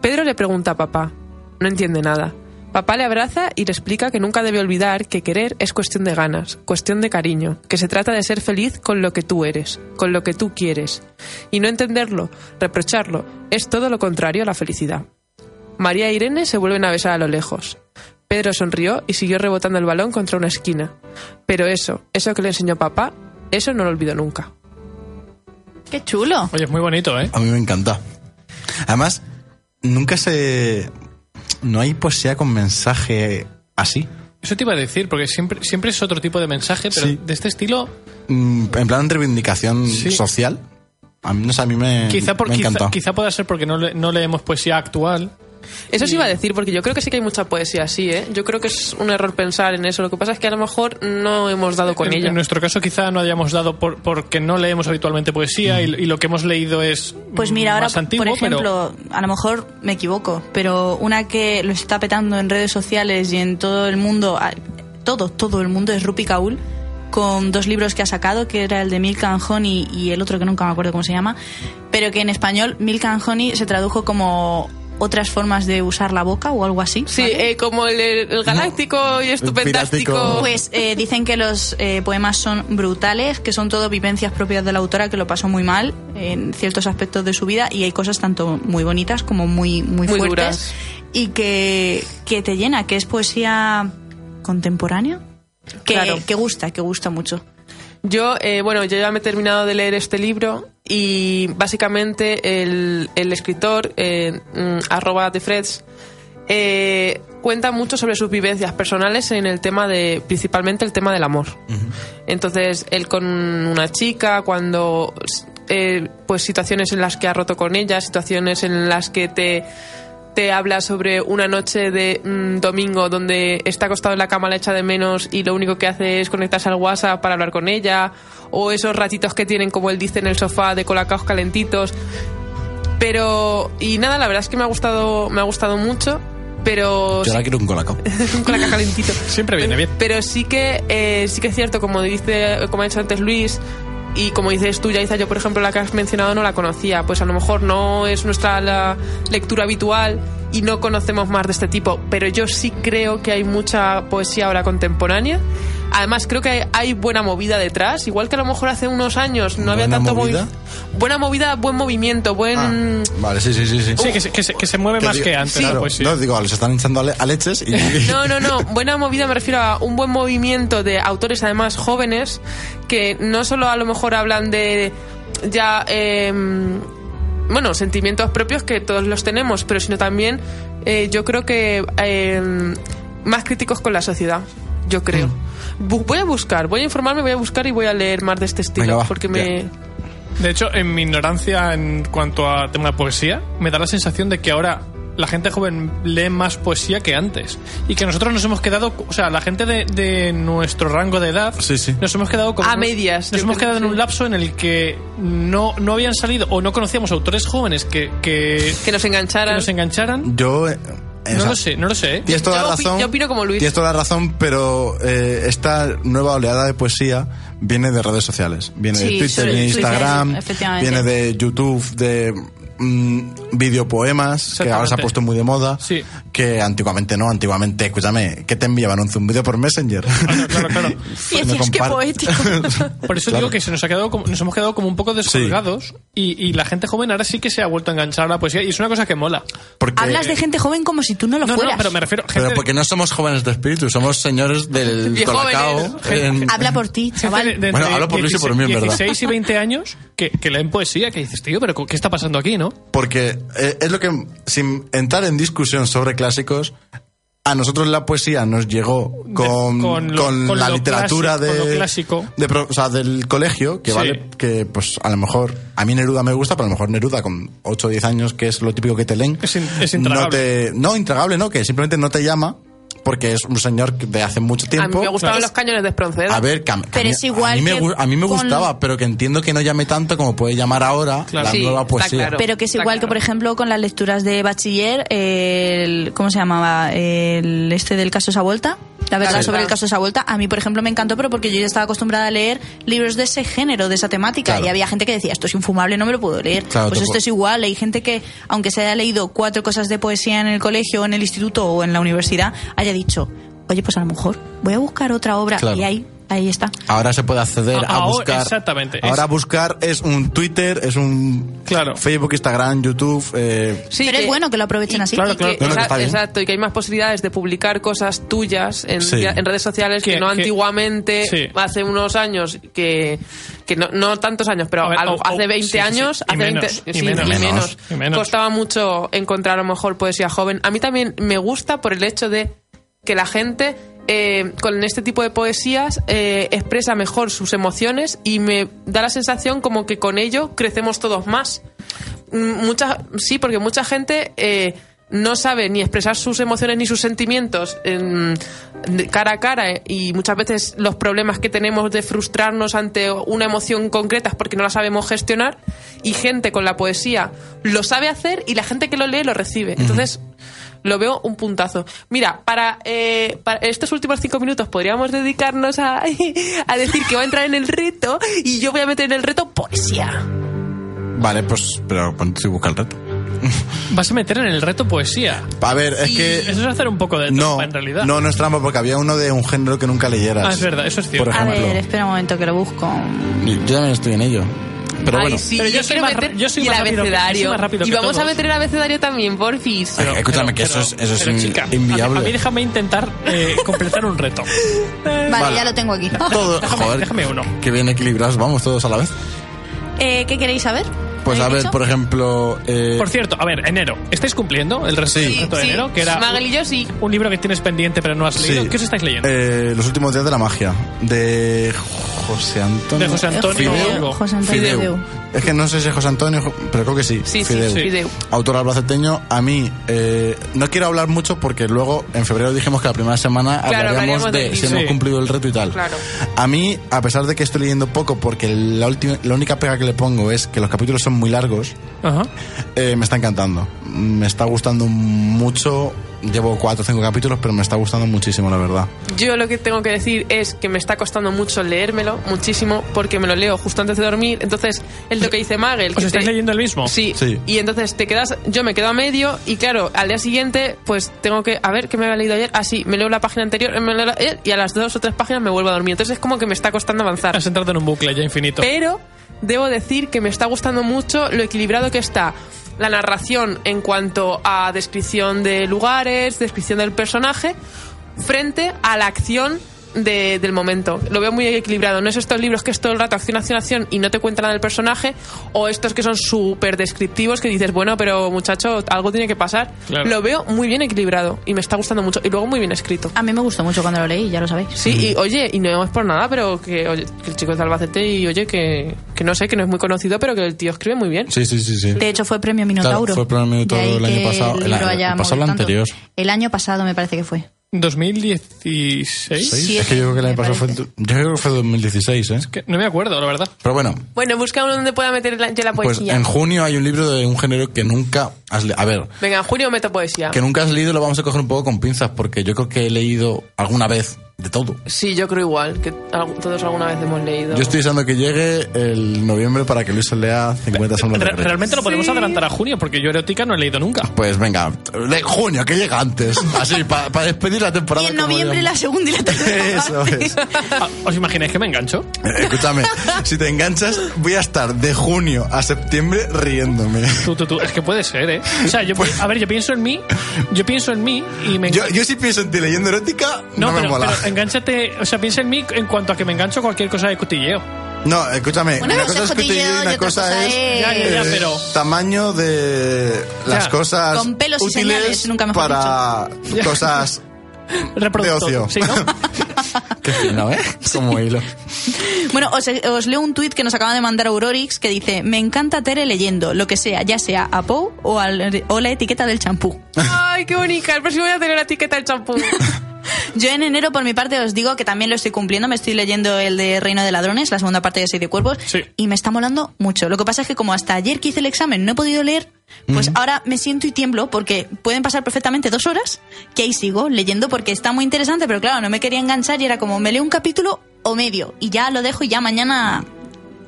Speaker 3: Pedro le pregunta a papá. No entiende nada. Papá le abraza y le explica que nunca debe olvidar que querer es cuestión de ganas, cuestión de cariño, que se trata de ser feliz con lo que tú eres, con lo que tú quieres. Y no entenderlo, reprocharlo, es todo lo contrario a la felicidad. María e Irene se vuelven a besar a lo lejos. Pedro sonrió y siguió rebotando el balón contra una esquina. Pero eso, eso que le enseñó papá, eso no lo olvido nunca.
Speaker 1: Qué chulo.
Speaker 4: Oye, es muy bonito, ¿eh?
Speaker 2: A mí me encanta. Además, nunca se. No hay poesía con mensaje así.
Speaker 4: Eso te iba a decir, porque siempre, siempre es otro tipo de mensaje, pero
Speaker 2: Sí.
Speaker 4: de este estilo,
Speaker 2: Mm, En plan reivindicación
Speaker 4: Sí.
Speaker 2: social. A mí, no sé, a mí me.
Speaker 4: quizá, por,
Speaker 2: me encanta.
Speaker 4: quizá, quizá pueda ser porque no, le- no leemos poesía actual.
Speaker 3: Eso sí iba a decir, porque yo creo que sí que hay mucha poesía así, ¿eh? Yo creo que es un error pensar en eso. Lo que pasa es que a lo mejor no hemos dado con
Speaker 4: en,
Speaker 3: ella.
Speaker 4: en nuestro caso, quizá no hayamos dado por, porque no leemos habitualmente poesía y, y lo que hemos leído es.
Speaker 1: Pues mira, ahora,
Speaker 4: más antiguo,
Speaker 1: por
Speaker 4: pero-
Speaker 1: ejemplo, a lo mejor me equivoco, pero una que lo está petando en redes sociales y en todo el mundo, a- todo, todo el mundo es Rupi Kaul, con dos libros que ha sacado, que era el de Milka and Honey y el otro que nunca me acuerdo cómo se llama, pero que en español Milka and Honey se tradujo como otras formas de usar la boca o algo así.
Speaker 3: Sí,
Speaker 1: ¿vale?
Speaker 3: eh, como el, el galáctico y estupendástico.
Speaker 2: pirático.
Speaker 1: Pues eh, dicen que los eh, poemas son brutales, que son todo vivencias propias de la autora que lo pasó muy mal en ciertos aspectos de su vida y hay cosas tanto muy bonitas como muy, muy,
Speaker 3: Muy
Speaker 1: fuertes
Speaker 3: duras.
Speaker 1: y que, que te llena, que es poesía contemporánea, que,
Speaker 3: Claro.
Speaker 1: que gusta, que gusta mucho.
Speaker 3: Yo, eh, bueno, yo ya me he terminado de leer este libro y básicamente el, el escritor, eh, mm, arroba de Freds, eh, cuenta mucho sobre sus vivencias personales en el tema de, principalmente el tema del amor. Entonces, él con una chica, cuando, eh, pues situaciones en las que ha roto con ella, situaciones en las que te te habla sobre una noche de mm, domingo donde está acostado en la cama, la echa de menos y lo único que hace es conectarse al WhatsApp para hablar con ella, o esos ratitos que tienen, como él dice, en el sofá de colacaos calentitos. Pero, y nada, la verdad es que me ha gustado, me ha gustado mucho, pero
Speaker 2: Yo ahora quiero un colacao.
Speaker 3: un colacao calentito.
Speaker 4: Siempre viene bien.
Speaker 3: Pero sí que, eh, sí que es cierto, como dice, como ha dicho antes Luis, y como dices tú, Yaiza, yo por ejemplo la que has mencionado no la conocía, pues a lo mejor no es nuestra la lectura habitual y no conocemos más de este tipo, pero yo sí creo que hay mucha poesía ahora contemporánea. Además creo que hay, hay buena movida detrás, igual que a lo mejor hace unos años no había
Speaker 2: ¿Buena
Speaker 3: tanto movi-
Speaker 2: movida? Ah.
Speaker 3: Buena movida, buen movimiento, buen...
Speaker 2: Vale, sí, sí, sí. Sí,
Speaker 4: Mm. Sí, que se, que se- que se mueve más
Speaker 2: digo-
Speaker 4: que antes.
Speaker 2: claro,
Speaker 4: pues sí.
Speaker 2: No, digo, los están hinchando a, le- a leches y...
Speaker 3: No, no, no. Buena movida me refiero a un buen movimiento de autores, además jóvenes, que no solo a lo mejor hablan de ya, eh, bueno, sentimientos propios que todos los tenemos, pero sino también eh, yo creo que eh, más críticos con la sociedad, yo creo. Bu- voy a buscar, voy a informarme, voy a buscar y voy a leer más de este estilo,
Speaker 2: Mm. Venga, va,
Speaker 3: porque
Speaker 2: ya.
Speaker 3: me...
Speaker 4: De hecho, en mi ignorancia en cuanto a tema de poesía, me da la sensación de que ahora la gente joven lee más poesía que antes. Y que nosotros nos hemos quedado, o sea, la gente de, de nuestro rango de edad,
Speaker 2: Sí, sí.
Speaker 4: nos hemos quedado con
Speaker 3: A
Speaker 4: un-
Speaker 3: medias,
Speaker 4: Nos
Speaker 3: yo
Speaker 4: hemos
Speaker 3: creo,
Speaker 4: quedado en
Speaker 3: sí.
Speaker 4: un lapso en el que no, no habían salido o no conocíamos autores jóvenes que, que,
Speaker 3: que nos
Speaker 4: que
Speaker 3: engancharan.
Speaker 4: nos engancharan.
Speaker 2: Yo... eh, o
Speaker 4: No
Speaker 2: sea,
Speaker 4: lo sé, no lo sé. ¿eh?
Speaker 2: Tienes toda
Speaker 3: Yo
Speaker 2: la
Speaker 3: opi-
Speaker 2: razón.
Speaker 3: yo opino como Luis.
Speaker 2: Tienes toda la razón, pero eh, esta nueva oleada de poesía viene de redes sociales. Viene
Speaker 1: Sí,
Speaker 2: de Twitter,
Speaker 1: sí,
Speaker 2: viene de
Speaker 1: Twitter,
Speaker 2: Instagram,
Speaker 1: efectivamente.
Speaker 2: viene de YouTube, de mm, videopoemas, que ahora se ha
Speaker 4: Exactamente.
Speaker 2: puesto muy de moda.
Speaker 4: Sí.
Speaker 2: Que antiguamente no, antiguamente, escúchame, ¿qué te enviaban? ¿Un zumbido por Messenger?
Speaker 4: Claro, Ah, claro, claro.
Speaker 1: Y
Speaker 2: Pues No
Speaker 1: decías, qué
Speaker 2: compar-
Speaker 1: poético.
Speaker 4: Por eso
Speaker 2: Claro.
Speaker 4: digo que se nos ha quedado como- nos hemos quedado como un poco descolgados y, y la gente joven ahora sí que se ha vuelto a enganchar a la poesía y es una cosa que mola.
Speaker 2: Porque,
Speaker 1: Hablas de gente joven como si tú no lo
Speaker 4: No,
Speaker 1: fueras.
Speaker 4: no, pero me refiero gente
Speaker 2: pero porque no somos jóvenes de espíritu, somos señores del
Speaker 3: Viejo
Speaker 2: colacao. en-
Speaker 1: Habla por ti,
Speaker 4: Gente
Speaker 1: chaval.
Speaker 4: de- de
Speaker 2: Bueno,
Speaker 4: entre
Speaker 2: hablo por Luis y por mí, en verdad.
Speaker 4: 16 y 20 años que, que leen poesía, que dices, tío, pero ¿qué está pasando aquí, no?
Speaker 2: Porque eh, es lo que, sin entrar en discusión sobre clásicos, a nosotros la poesía nos llegó con,
Speaker 4: con lo-
Speaker 2: con
Speaker 4: con
Speaker 2: la
Speaker 4: lo
Speaker 2: literatura
Speaker 4: clásico-
Speaker 2: de,
Speaker 4: con lo clásico.
Speaker 2: de pro- o sea, del colegio, que
Speaker 4: Sí.
Speaker 2: vale, que pues a lo mejor, a mí Neruda me gusta, pero a lo mejor Neruda con 8 o 10 años, que es lo típico que te leen,
Speaker 4: Es in- es
Speaker 2: no,
Speaker 4: intragable.
Speaker 2: te, no, intragable no, que simplemente no te llama, porque es un señor que de hace mucho
Speaker 3: a mí
Speaker 2: tiempo.
Speaker 3: me gustaban
Speaker 4: Claro.
Speaker 3: los cañones de Espronceda.
Speaker 2: A ver, que a mí-
Speaker 1: Pero
Speaker 2: a mí-
Speaker 1: es igual
Speaker 2: a mí, me,
Speaker 1: que
Speaker 2: gu- a mí me
Speaker 1: con-
Speaker 2: gustaba, pero que entiendo que no llame tanto como puede llamar ahora
Speaker 4: Claro.
Speaker 2: la
Speaker 3: Sí,
Speaker 2: nueva
Speaker 3: está
Speaker 2: poesía.
Speaker 3: claro.
Speaker 1: Pero que es
Speaker 3: Está
Speaker 1: igual que,
Speaker 3: claro.
Speaker 1: por ejemplo, con las lecturas de bachiller, eh, el, ¿cómo se llamaba? El este del caso esa vuelta. La verdad
Speaker 3: verdad.
Speaker 1: sobre el caso esa vuelta, a mí, por ejemplo, me encantó, pero porque yo ya estaba acostumbrada a leer libros de ese género, de esa temática,
Speaker 2: Claro.
Speaker 1: y había gente que decía, esto es infumable, no me lo puedo leer.
Speaker 2: Claro,
Speaker 1: pues
Speaker 2: te
Speaker 1: esto
Speaker 2: puedo-
Speaker 1: es igual, hay gente que, aunque se haya leído cuatro cosas de poesía en el colegio, en el instituto o en la universidad, haya dicho, oye, pues a lo mejor voy a buscar otra obra,
Speaker 2: Claro.
Speaker 1: y ahí, ahí está.
Speaker 2: Ahora se puede acceder a,
Speaker 4: Ahora,
Speaker 2: buscar.
Speaker 4: exactamente,
Speaker 2: Ahora
Speaker 4: es-
Speaker 2: buscar es un Twitter, es un
Speaker 4: Claro.
Speaker 2: Facebook, Instagram, YouTube. eh,
Speaker 3: Sí,
Speaker 1: pero
Speaker 3: que-
Speaker 1: es bueno que lo aprovechen
Speaker 3: y-
Speaker 1: así.
Speaker 4: Claro,
Speaker 3: y que-
Speaker 4: claro,
Speaker 2: claro.
Speaker 3: exa-
Speaker 2: Está bien.
Speaker 3: Exacto, y que hay más posibilidades de publicar cosas tuyas en,
Speaker 2: Sí.
Speaker 3: en redes sociales que,
Speaker 4: Que-
Speaker 3: no
Speaker 4: que-
Speaker 3: antiguamente,
Speaker 4: sí.
Speaker 3: hace unos años, que, que no, no tantos años, pero
Speaker 4: A ver,
Speaker 3: algo-
Speaker 4: o- o-
Speaker 3: hace 20
Speaker 4: sí, sí, sí.
Speaker 3: años,
Speaker 4: Y
Speaker 3: hace
Speaker 4: menos,
Speaker 3: 20
Speaker 4: y
Speaker 3: sí,
Speaker 4: menos.
Speaker 3: y
Speaker 2: Menos,
Speaker 3: menos.
Speaker 4: y menos.
Speaker 3: Costaba mucho encontrar a lo mejor poesía joven. A mí también me gusta por el hecho de que la gente... eh, con este tipo de poesías eh, expresa mejor sus emociones y me da la sensación como que con ello crecemos todos más. Mm, mucha sí porque mucha gente eh, no sabe ni expresar sus emociones ni sus sentimientos en- de cara a cara eh, y muchas veces los problemas que tenemos de frustrarnos ante una emoción concreta es porque no la sabemos gestionar y gente con la poesía lo sabe hacer y la gente que lo lee lo recibe entonces lo veo un puntazo. Mira, para, eh, para estos últimos cinco minutos podríamos dedicarnos a, a decir que va a entrar en el reto y yo voy a meter en el reto poesía.
Speaker 2: vale, pues, pero pon- tú busca el reto.
Speaker 4: Vas a meter en el reto poesía.
Speaker 2: A ver, es que...
Speaker 4: Eso es hacer un poco de trampa
Speaker 2: No,
Speaker 4: en realidad.
Speaker 2: no, no es trampa porque había uno de un género que nunca leyeras.
Speaker 4: Ah, es verdad, eso es cierto.
Speaker 2: Por
Speaker 1: A
Speaker 2: ejemplo.
Speaker 1: ver, espera un momento que lo busco.
Speaker 2: Y Yo también estoy en ello. Pero
Speaker 3: Ay,
Speaker 2: bueno,
Speaker 3: sí,
Speaker 4: Pero
Speaker 3: yo,
Speaker 4: yo soy
Speaker 3: quiero
Speaker 4: más
Speaker 3: meter
Speaker 4: ra- yo soy
Speaker 3: y el
Speaker 4: más rápido que- yo soy
Speaker 3: abecedario.
Speaker 4: más rápido
Speaker 3: y
Speaker 4: que
Speaker 3: vamos a
Speaker 4: todos.
Speaker 3: meter el abecedario también, porfis.
Speaker 2: Pero- escúchame, que eso es- eso es in- inviable.
Speaker 4: A, a mí déjame intentar eh, completar un reto.
Speaker 1: Vale,
Speaker 2: Vale.
Speaker 1: ya lo tengo aquí.
Speaker 2: todo...
Speaker 4: Déjame-
Speaker 2: joder,
Speaker 4: déjame uno.
Speaker 2: Que bien equilibrados vamos todos a la vez.
Speaker 1: Eh, ¿Qué queréis saber?
Speaker 2: Pues a
Speaker 1: ¿Habéis
Speaker 2: ver,
Speaker 1: dicho?
Speaker 2: por ejemplo... eh,
Speaker 4: Por cierto, a ver, enero. ¿Estáis cumpliendo el reto,
Speaker 2: Sí.
Speaker 4: el reto de
Speaker 3: Sí.
Speaker 4: enero? Que era
Speaker 3: Magel y yo sí.
Speaker 4: un libro que tienes pendiente pero no has leído.
Speaker 2: sí.
Speaker 4: ¿Qué os estáis leyendo?
Speaker 2: Eh, Los últimos días de la magia. De José Antonio...
Speaker 4: De José Antonio Hugo.
Speaker 1: José Antonio
Speaker 2: Fideu.
Speaker 1: Fideu.
Speaker 2: Es que no sé si es José Antonio, jo- pero creo que sí.
Speaker 3: Sí, sí,
Speaker 2: Fideu.
Speaker 3: sí. Fideu.
Speaker 2: Autor albaceteño. A mí, eh, no quiero hablar mucho porque luego en febrero dijimos que la primera semana
Speaker 3: Claro,
Speaker 2: hablaríamos
Speaker 3: hablaríamos
Speaker 2: de
Speaker 3: del
Speaker 2: si
Speaker 3: libro.
Speaker 2: hemos
Speaker 4: Sí.
Speaker 2: cumplido el reto y tal.
Speaker 3: Claro.
Speaker 2: A mí, a pesar de que estoy leyendo poco porque la, ulti- la única pega que le pongo es que los capítulos son muy largos,
Speaker 4: Ajá.
Speaker 2: eh, me está encantando. Me está gustando mucho. Llevo cuatro o cinco capítulos, pero me está gustando muchísimo, la verdad.
Speaker 3: Yo lo que tengo que decir es que me está costando mucho leérmelo, muchísimo, porque me lo leo justo antes de dormir. Entonces, es lo que dice Magel.
Speaker 4: ¿Os
Speaker 3: que
Speaker 4: estáis
Speaker 3: te-
Speaker 4: leyendo el mismo?
Speaker 3: Sí.
Speaker 2: Sí.
Speaker 3: Y entonces te quedas, yo me quedo a medio y claro, al día siguiente pues tengo que, a ver, ¿qué me había leído ayer? Ah, sí, me leo la página anterior me leo la- eh, y a las dos o tres páginas me vuelvo a dormir. Entonces es como que me está costando avanzar.
Speaker 4: Has entrado en un bucle ya infinito.
Speaker 3: Pero debo decir que me está gustando mucho lo equilibrado que está la narración en cuanto a descripción de lugares, descripción del personaje, frente a la acción. de- del momento. Lo veo muy equilibrado. No es estos libros que es todo el rato acción, acción, acción y no te cuentan nada del personaje, o estos que son súper descriptivos que dices, bueno, pero muchacho, algo tiene que pasar.
Speaker 4: Claro.
Speaker 3: Lo veo muy bien equilibrado y me está gustando mucho. Y luego muy bien escrito.
Speaker 1: A mí me gustó mucho cuando lo leí, ya lo sabéis.
Speaker 3: Sí, y oye, y no es por nada, pero que, oye, que el chico es de Albacete y oye, que, que no sé, que no es muy conocido, pero que el tío escribe muy bien.
Speaker 2: Sí, sí, sí, sí.
Speaker 1: De hecho, fue premio Minotauro.
Speaker 2: Claro, fue premio Minotauro
Speaker 1: De ahí
Speaker 2: el año
Speaker 1: que
Speaker 2: pasado, el
Speaker 1: libro
Speaker 2: año-
Speaker 1: haya
Speaker 2: el pasado,
Speaker 1: movido
Speaker 2: el
Speaker 1: tanto.
Speaker 2: anterior.
Speaker 1: El año pasado me parece que fue.
Speaker 4: 2016.
Speaker 2: ¿Seis?
Speaker 1: Siete,
Speaker 2: es que yo creo que el año
Speaker 1: me
Speaker 2: pasado fue,
Speaker 1: parece.
Speaker 2: yo creo que fue 2016, ¿eh?
Speaker 4: Que no me acuerdo, la verdad.
Speaker 2: Pero bueno,
Speaker 3: Bueno, busca uno donde pueda meter la, ya la
Speaker 2: pues
Speaker 3: poesía.
Speaker 2: en junio hay un libro de un género que nunca has leído. A ver,
Speaker 3: Venga, en junio meto poesía.
Speaker 2: que nunca has leído lo vamos a coger un poco con pinzas porque yo creo que he leído alguna vez de todo.
Speaker 3: Sí, yo creo igual, que algu- todos alguna vez hemos leído.
Speaker 2: Yo estoy deseando que llegue el noviembre para que Luis se lea 50 sombras de
Speaker 4: Re-
Speaker 2: Grey.
Speaker 4: realmente lo podemos adelantar a junio porque yo erótica no he leído nunca.
Speaker 2: Pues venga, le- junio, que llega antes. Así, para despedir la temporada.
Speaker 1: Y en
Speaker 2: como
Speaker 1: noviembre la
Speaker 2: digamos.
Speaker 1: segunda y la tercera.
Speaker 2: Eso
Speaker 1: parte.
Speaker 2: es.
Speaker 4: Ah, ¿Os imagináis que me engancho?
Speaker 2: Eh, Escúchame, si te enganchas, voy a estar de junio a septiembre riéndome.
Speaker 4: Tú, tú, tú. Es que puede ser, ¿eh? O sea, yo, a ver, yo pienso en mí, yo pienso en mí y me
Speaker 2: Yo, yo si pienso en ti leyendo erótica, no, eh,
Speaker 4: No,
Speaker 2: me
Speaker 4: pero,
Speaker 2: mola.
Speaker 4: pero engánchate, o sea, piensa en mí en cuanto a que me engancho a cualquier cosa de cotilleo.
Speaker 2: No, escúchame,
Speaker 1: Una
Speaker 2: una
Speaker 1: cosa
Speaker 2: cosa es
Speaker 1: es cotilleo
Speaker 2: cotilleo
Speaker 1: y
Speaker 2: y una
Speaker 1: otra
Speaker 2: cosa
Speaker 1: cosa
Speaker 2: es
Speaker 1: es-
Speaker 4: Ya, ya, ya,
Speaker 2: eh,
Speaker 4: pero.
Speaker 2: tamaño de las
Speaker 4: Ya.
Speaker 2: cosas
Speaker 1: Con pelos y
Speaker 2: útiles
Speaker 1: señales, nunca mejor
Speaker 2: para
Speaker 4: Ya.
Speaker 2: cosas
Speaker 4: Reproductor.
Speaker 2: de ocio.
Speaker 4: Sí, ¿no?
Speaker 2: Qué fino, ¿eh? Como hilo.
Speaker 1: Bueno, os, os leo un tuit que nos acaba de mandar Aurorix que dice: Me encanta Tere leyendo, lo que sea, ya sea a Pou o, al- o la etiqueta del champú.
Speaker 3: Ay, qué bonita, el próximo voy a tener la etiqueta del champú.
Speaker 1: Yo en enero, por mi parte, os digo que también lo estoy cumpliendo. Me estoy leyendo el de Reino de Ladrones, la segunda parte de Seis de Cuervos,
Speaker 4: Sí.
Speaker 1: y me está molando mucho. Lo que pasa es que como hasta ayer que hice el examen no he podido leer, pues ahora me siento y tiemblo porque pueden pasar perfectamente dos horas que ahí sigo leyendo porque está muy interesante, pero claro, no me quería enganchar y era como me leo un capítulo o medio y ya lo dejo y ya mañana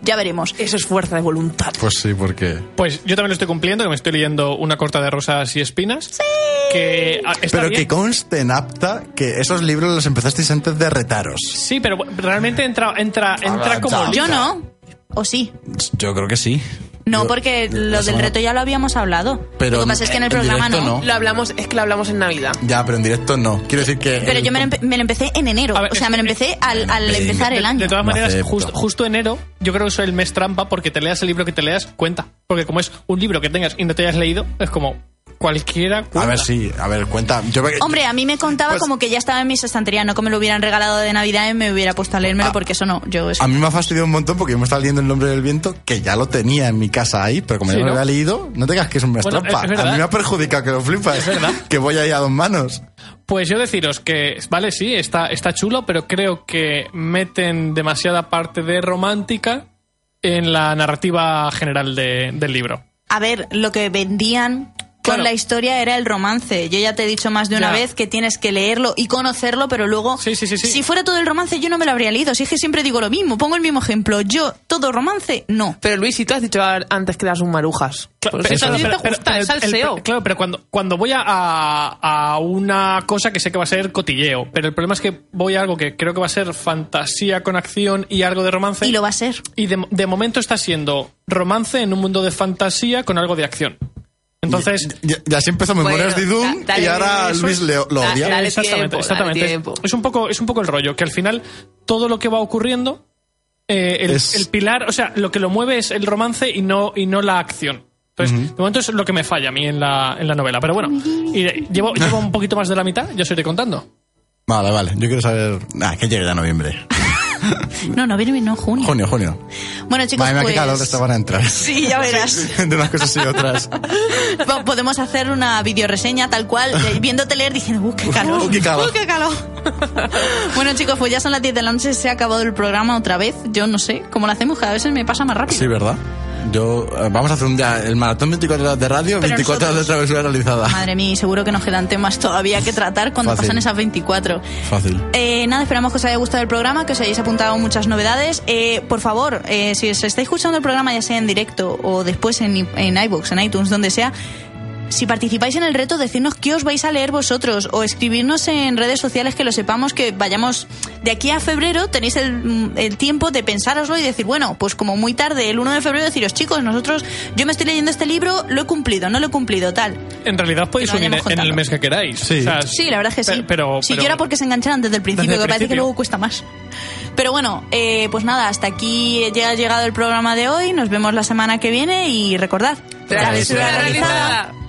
Speaker 1: ya veremos.
Speaker 3: Eso es fuerza de voluntad.
Speaker 2: Pues sí, porque...
Speaker 4: Pues yo también lo estoy cumpliendo, que me estoy leyendo una corta de rosas y espinas. Sí. Que ah, está
Speaker 2: Pero
Speaker 4: bien.
Speaker 2: que conste en apta que esos libros los empezasteis antes de retaros.
Speaker 4: Sí, pero realmente entra, entra, entra como
Speaker 2: chao.
Speaker 1: Yo
Speaker 4: libro.
Speaker 1: no, o sí.
Speaker 2: Yo creo que sí.
Speaker 1: No,
Speaker 2: Yo-
Speaker 1: porque
Speaker 2: la
Speaker 1: lo del
Speaker 2: semana-
Speaker 1: reto ya lo habíamos hablado.
Speaker 2: Pero
Speaker 1: lo que pasa es que en el
Speaker 2: en
Speaker 1: programa
Speaker 2: directo no.
Speaker 3: Lo hablamos, es que lo hablamos en Navidad.
Speaker 2: Ya, pero en directo no. Quiero decir que...
Speaker 1: Pero
Speaker 2: el-
Speaker 1: yo me lo, empe- me lo empecé en enero.
Speaker 4: A ver,
Speaker 1: o sea,
Speaker 4: es-
Speaker 1: me lo empecé al, al
Speaker 2: Venga.
Speaker 1: empezar el
Speaker 4: De-
Speaker 1: año.
Speaker 4: De todas
Speaker 2: Lo
Speaker 4: maneras,
Speaker 2: acepto.
Speaker 4: justo- justo enero, yo creo que eso es el mes trampa porque te leas el libro que te leas, cuenta. Porque como es un libro que tengas y no te hayas leído, es como cualquiera cuenta.
Speaker 2: A ver, sí, a ver, cuenta. Yo me-
Speaker 1: Hombre, a mí me contaba
Speaker 2: Pues-
Speaker 1: como que ya estaba en mis estanterías, no que me lo hubieran regalado de Navidad y me hubiera puesto a leérmelo,
Speaker 2: Ah.
Speaker 1: porque eso no, yo eso.
Speaker 2: A mí me ha fastidiado un montón porque yo me estaba leyendo El Nombre del Viento, que ya lo tenía en mi casa ahí, pero como
Speaker 4: Sí,
Speaker 2: yo no lo
Speaker 4: ¿no?
Speaker 2: había leído, no tengas que es un mes
Speaker 4: Bueno, es-
Speaker 2: trampa.
Speaker 4: es verdad.
Speaker 2: a mí me ha perjudicado que lo flipas.
Speaker 4: Es verdad.
Speaker 2: Que voy ahí a dos manos.
Speaker 4: Pues yo deciros que, vale, sí, está, está chulo, pero creo que meten demasiada parte de romántica en la narrativa general de- del libro.
Speaker 1: A ver, lo que vendían
Speaker 4: Claro.
Speaker 1: con la historia era el romance. Yo ya te he dicho más de una
Speaker 4: Ya.
Speaker 1: vez que tienes que leerlo y conocerlo, pero luego,
Speaker 4: Sí, sí, sí, sí.
Speaker 1: si fuera todo el romance, yo no me lo habría leído. Si es que siempre digo lo mismo, pongo el mismo ejemplo. Yo, todo romance, no.
Speaker 3: Pero Luis, si tú has dicho a- antes que eras un marujas.
Speaker 4: Claro,
Speaker 3: Pues eso a ti te gusta,
Speaker 4: pero
Speaker 3: es
Speaker 4: el- el-
Speaker 3: salseo.
Speaker 4: claro, pero cuando, cuando voy a, a- a una cosa que sé que va a ser cotilleo, pero el problema es que voy a algo que creo que va a ser fantasía con acción y algo de romance.
Speaker 1: Y lo va a ser.
Speaker 4: Y de, de momento está siendo romance en un mundo de fantasía con algo de acción. Entonces,
Speaker 2: Ya, ya se empezó Memorias
Speaker 3: Bueno,
Speaker 2: de Doom
Speaker 3: da- dale,
Speaker 2: y ahora
Speaker 3: eso
Speaker 2: Luis
Speaker 3: es-
Speaker 2: Leo lo
Speaker 3: da-
Speaker 2: odia.
Speaker 3: dale
Speaker 4: exactamente,
Speaker 3: tiempo,
Speaker 4: exactamente.
Speaker 3: dale
Speaker 4: Es-
Speaker 3: tiempo.
Speaker 4: Es, un poco, es un poco el rollo, que al final todo lo que va ocurriendo, eh, el,
Speaker 2: Es-
Speaker 4: el pilar, o sea, lo que lo mueve es el romance y no, y no la acción. Entonces, de momento es lo que me falla a mí en la, en la novela. Pero bueno, y, eh, llevo, llevo un poquito más de la mitad, ya os iré contando.
Speaker 2: Vale, vale. Yo quiero saber. Ah, que llegue ya noviembre.
Speaker 1: No, noviembre, no, junio.
Speaker 2: Junio, junio.
Speaker 1: Bueno, chicos,
Speaker 2: Madre mía, qué
Speaker 1: pues-
Speaker 2: calor está van a entrar.
Speaker 1: Sí, ya verás.
Speaker 2: De unas cosas y otras.
Speaker 1: Po- Podemos hacer una videoreseña tal cual, eh, viéndote leer diciendo, ¡uh, qué calor!
Speaker 2: Uh, qué calor.
Speaker 1: ¡Uh, qué calor! bueno, chicos, pues ya son las 10 de la noche, se ha acabado el programa otra vez. Yo no sé cómo lo hacemos, cada vez se me pasa más rápido.
Speaker 2: Sí, ¿verdad? Yo, eh, vamos a hacer un día el maratón 24 horas de radio,
Speaker 1: Pero
Speaker 2: 24 horas de travesura realizada.
Speaker 1: Madre mía, y seguro que nos quedan temas todavía que tratar cuando
Speaker 2: Fácil.
Speaker 1: pasan esas 24.
Speaker 2: Fácil.
Speaker 1: Eh, nada, esperamos que os haya gustado el programa, que os hayáis apuntado muchas novedades. Eh, por favor, eh, si os estáis escuchando el programa, ya sea en directo o después en, i- en iVoox, en iTunes, donde sea, si participáis en el reto, decidnos qué os vais a leer vosotros o escribirnos en redes sociales que lo sepamos, que vayamos de aquí a febrero, tenéis el, mm, el tiempo de pensároslo y decir, bueno, pues como muy tarde, el 1 de febrero, deciros, chicos, nosotros, yo me estoy leyendo este libro, lo he cumplido, no lo he cumplido, tal.
Speaker 4: En realidad podéis
Speaker 1: Que lo
Speaker 4: unir
Speaker 1: vayamos
Speaker 4: en el
Speaker 1: contando.
Speaker 4: mes que queráis.
Speaker 2: Sí.
Speaker 1: Sí, la verdad es que sí.
Speaker 4: pe- Pero,
Speaker 1: si
Speaker 4: pero-
Speaker 1: yo era porque se engancharan desde el principio,
Speaker 4: Desde el
Speaker 1: que parece que
Speaker 4: principio.
Speaker 1: luego cuesta más. Pero bueno, eh, pues nada, hasta aquí ya ha llegado el programa de hoy. Nos vemos la semana que viene y recordad.
Speaker 3: Travesura
Speaker 1: realizada.
Speaker 3: realizada.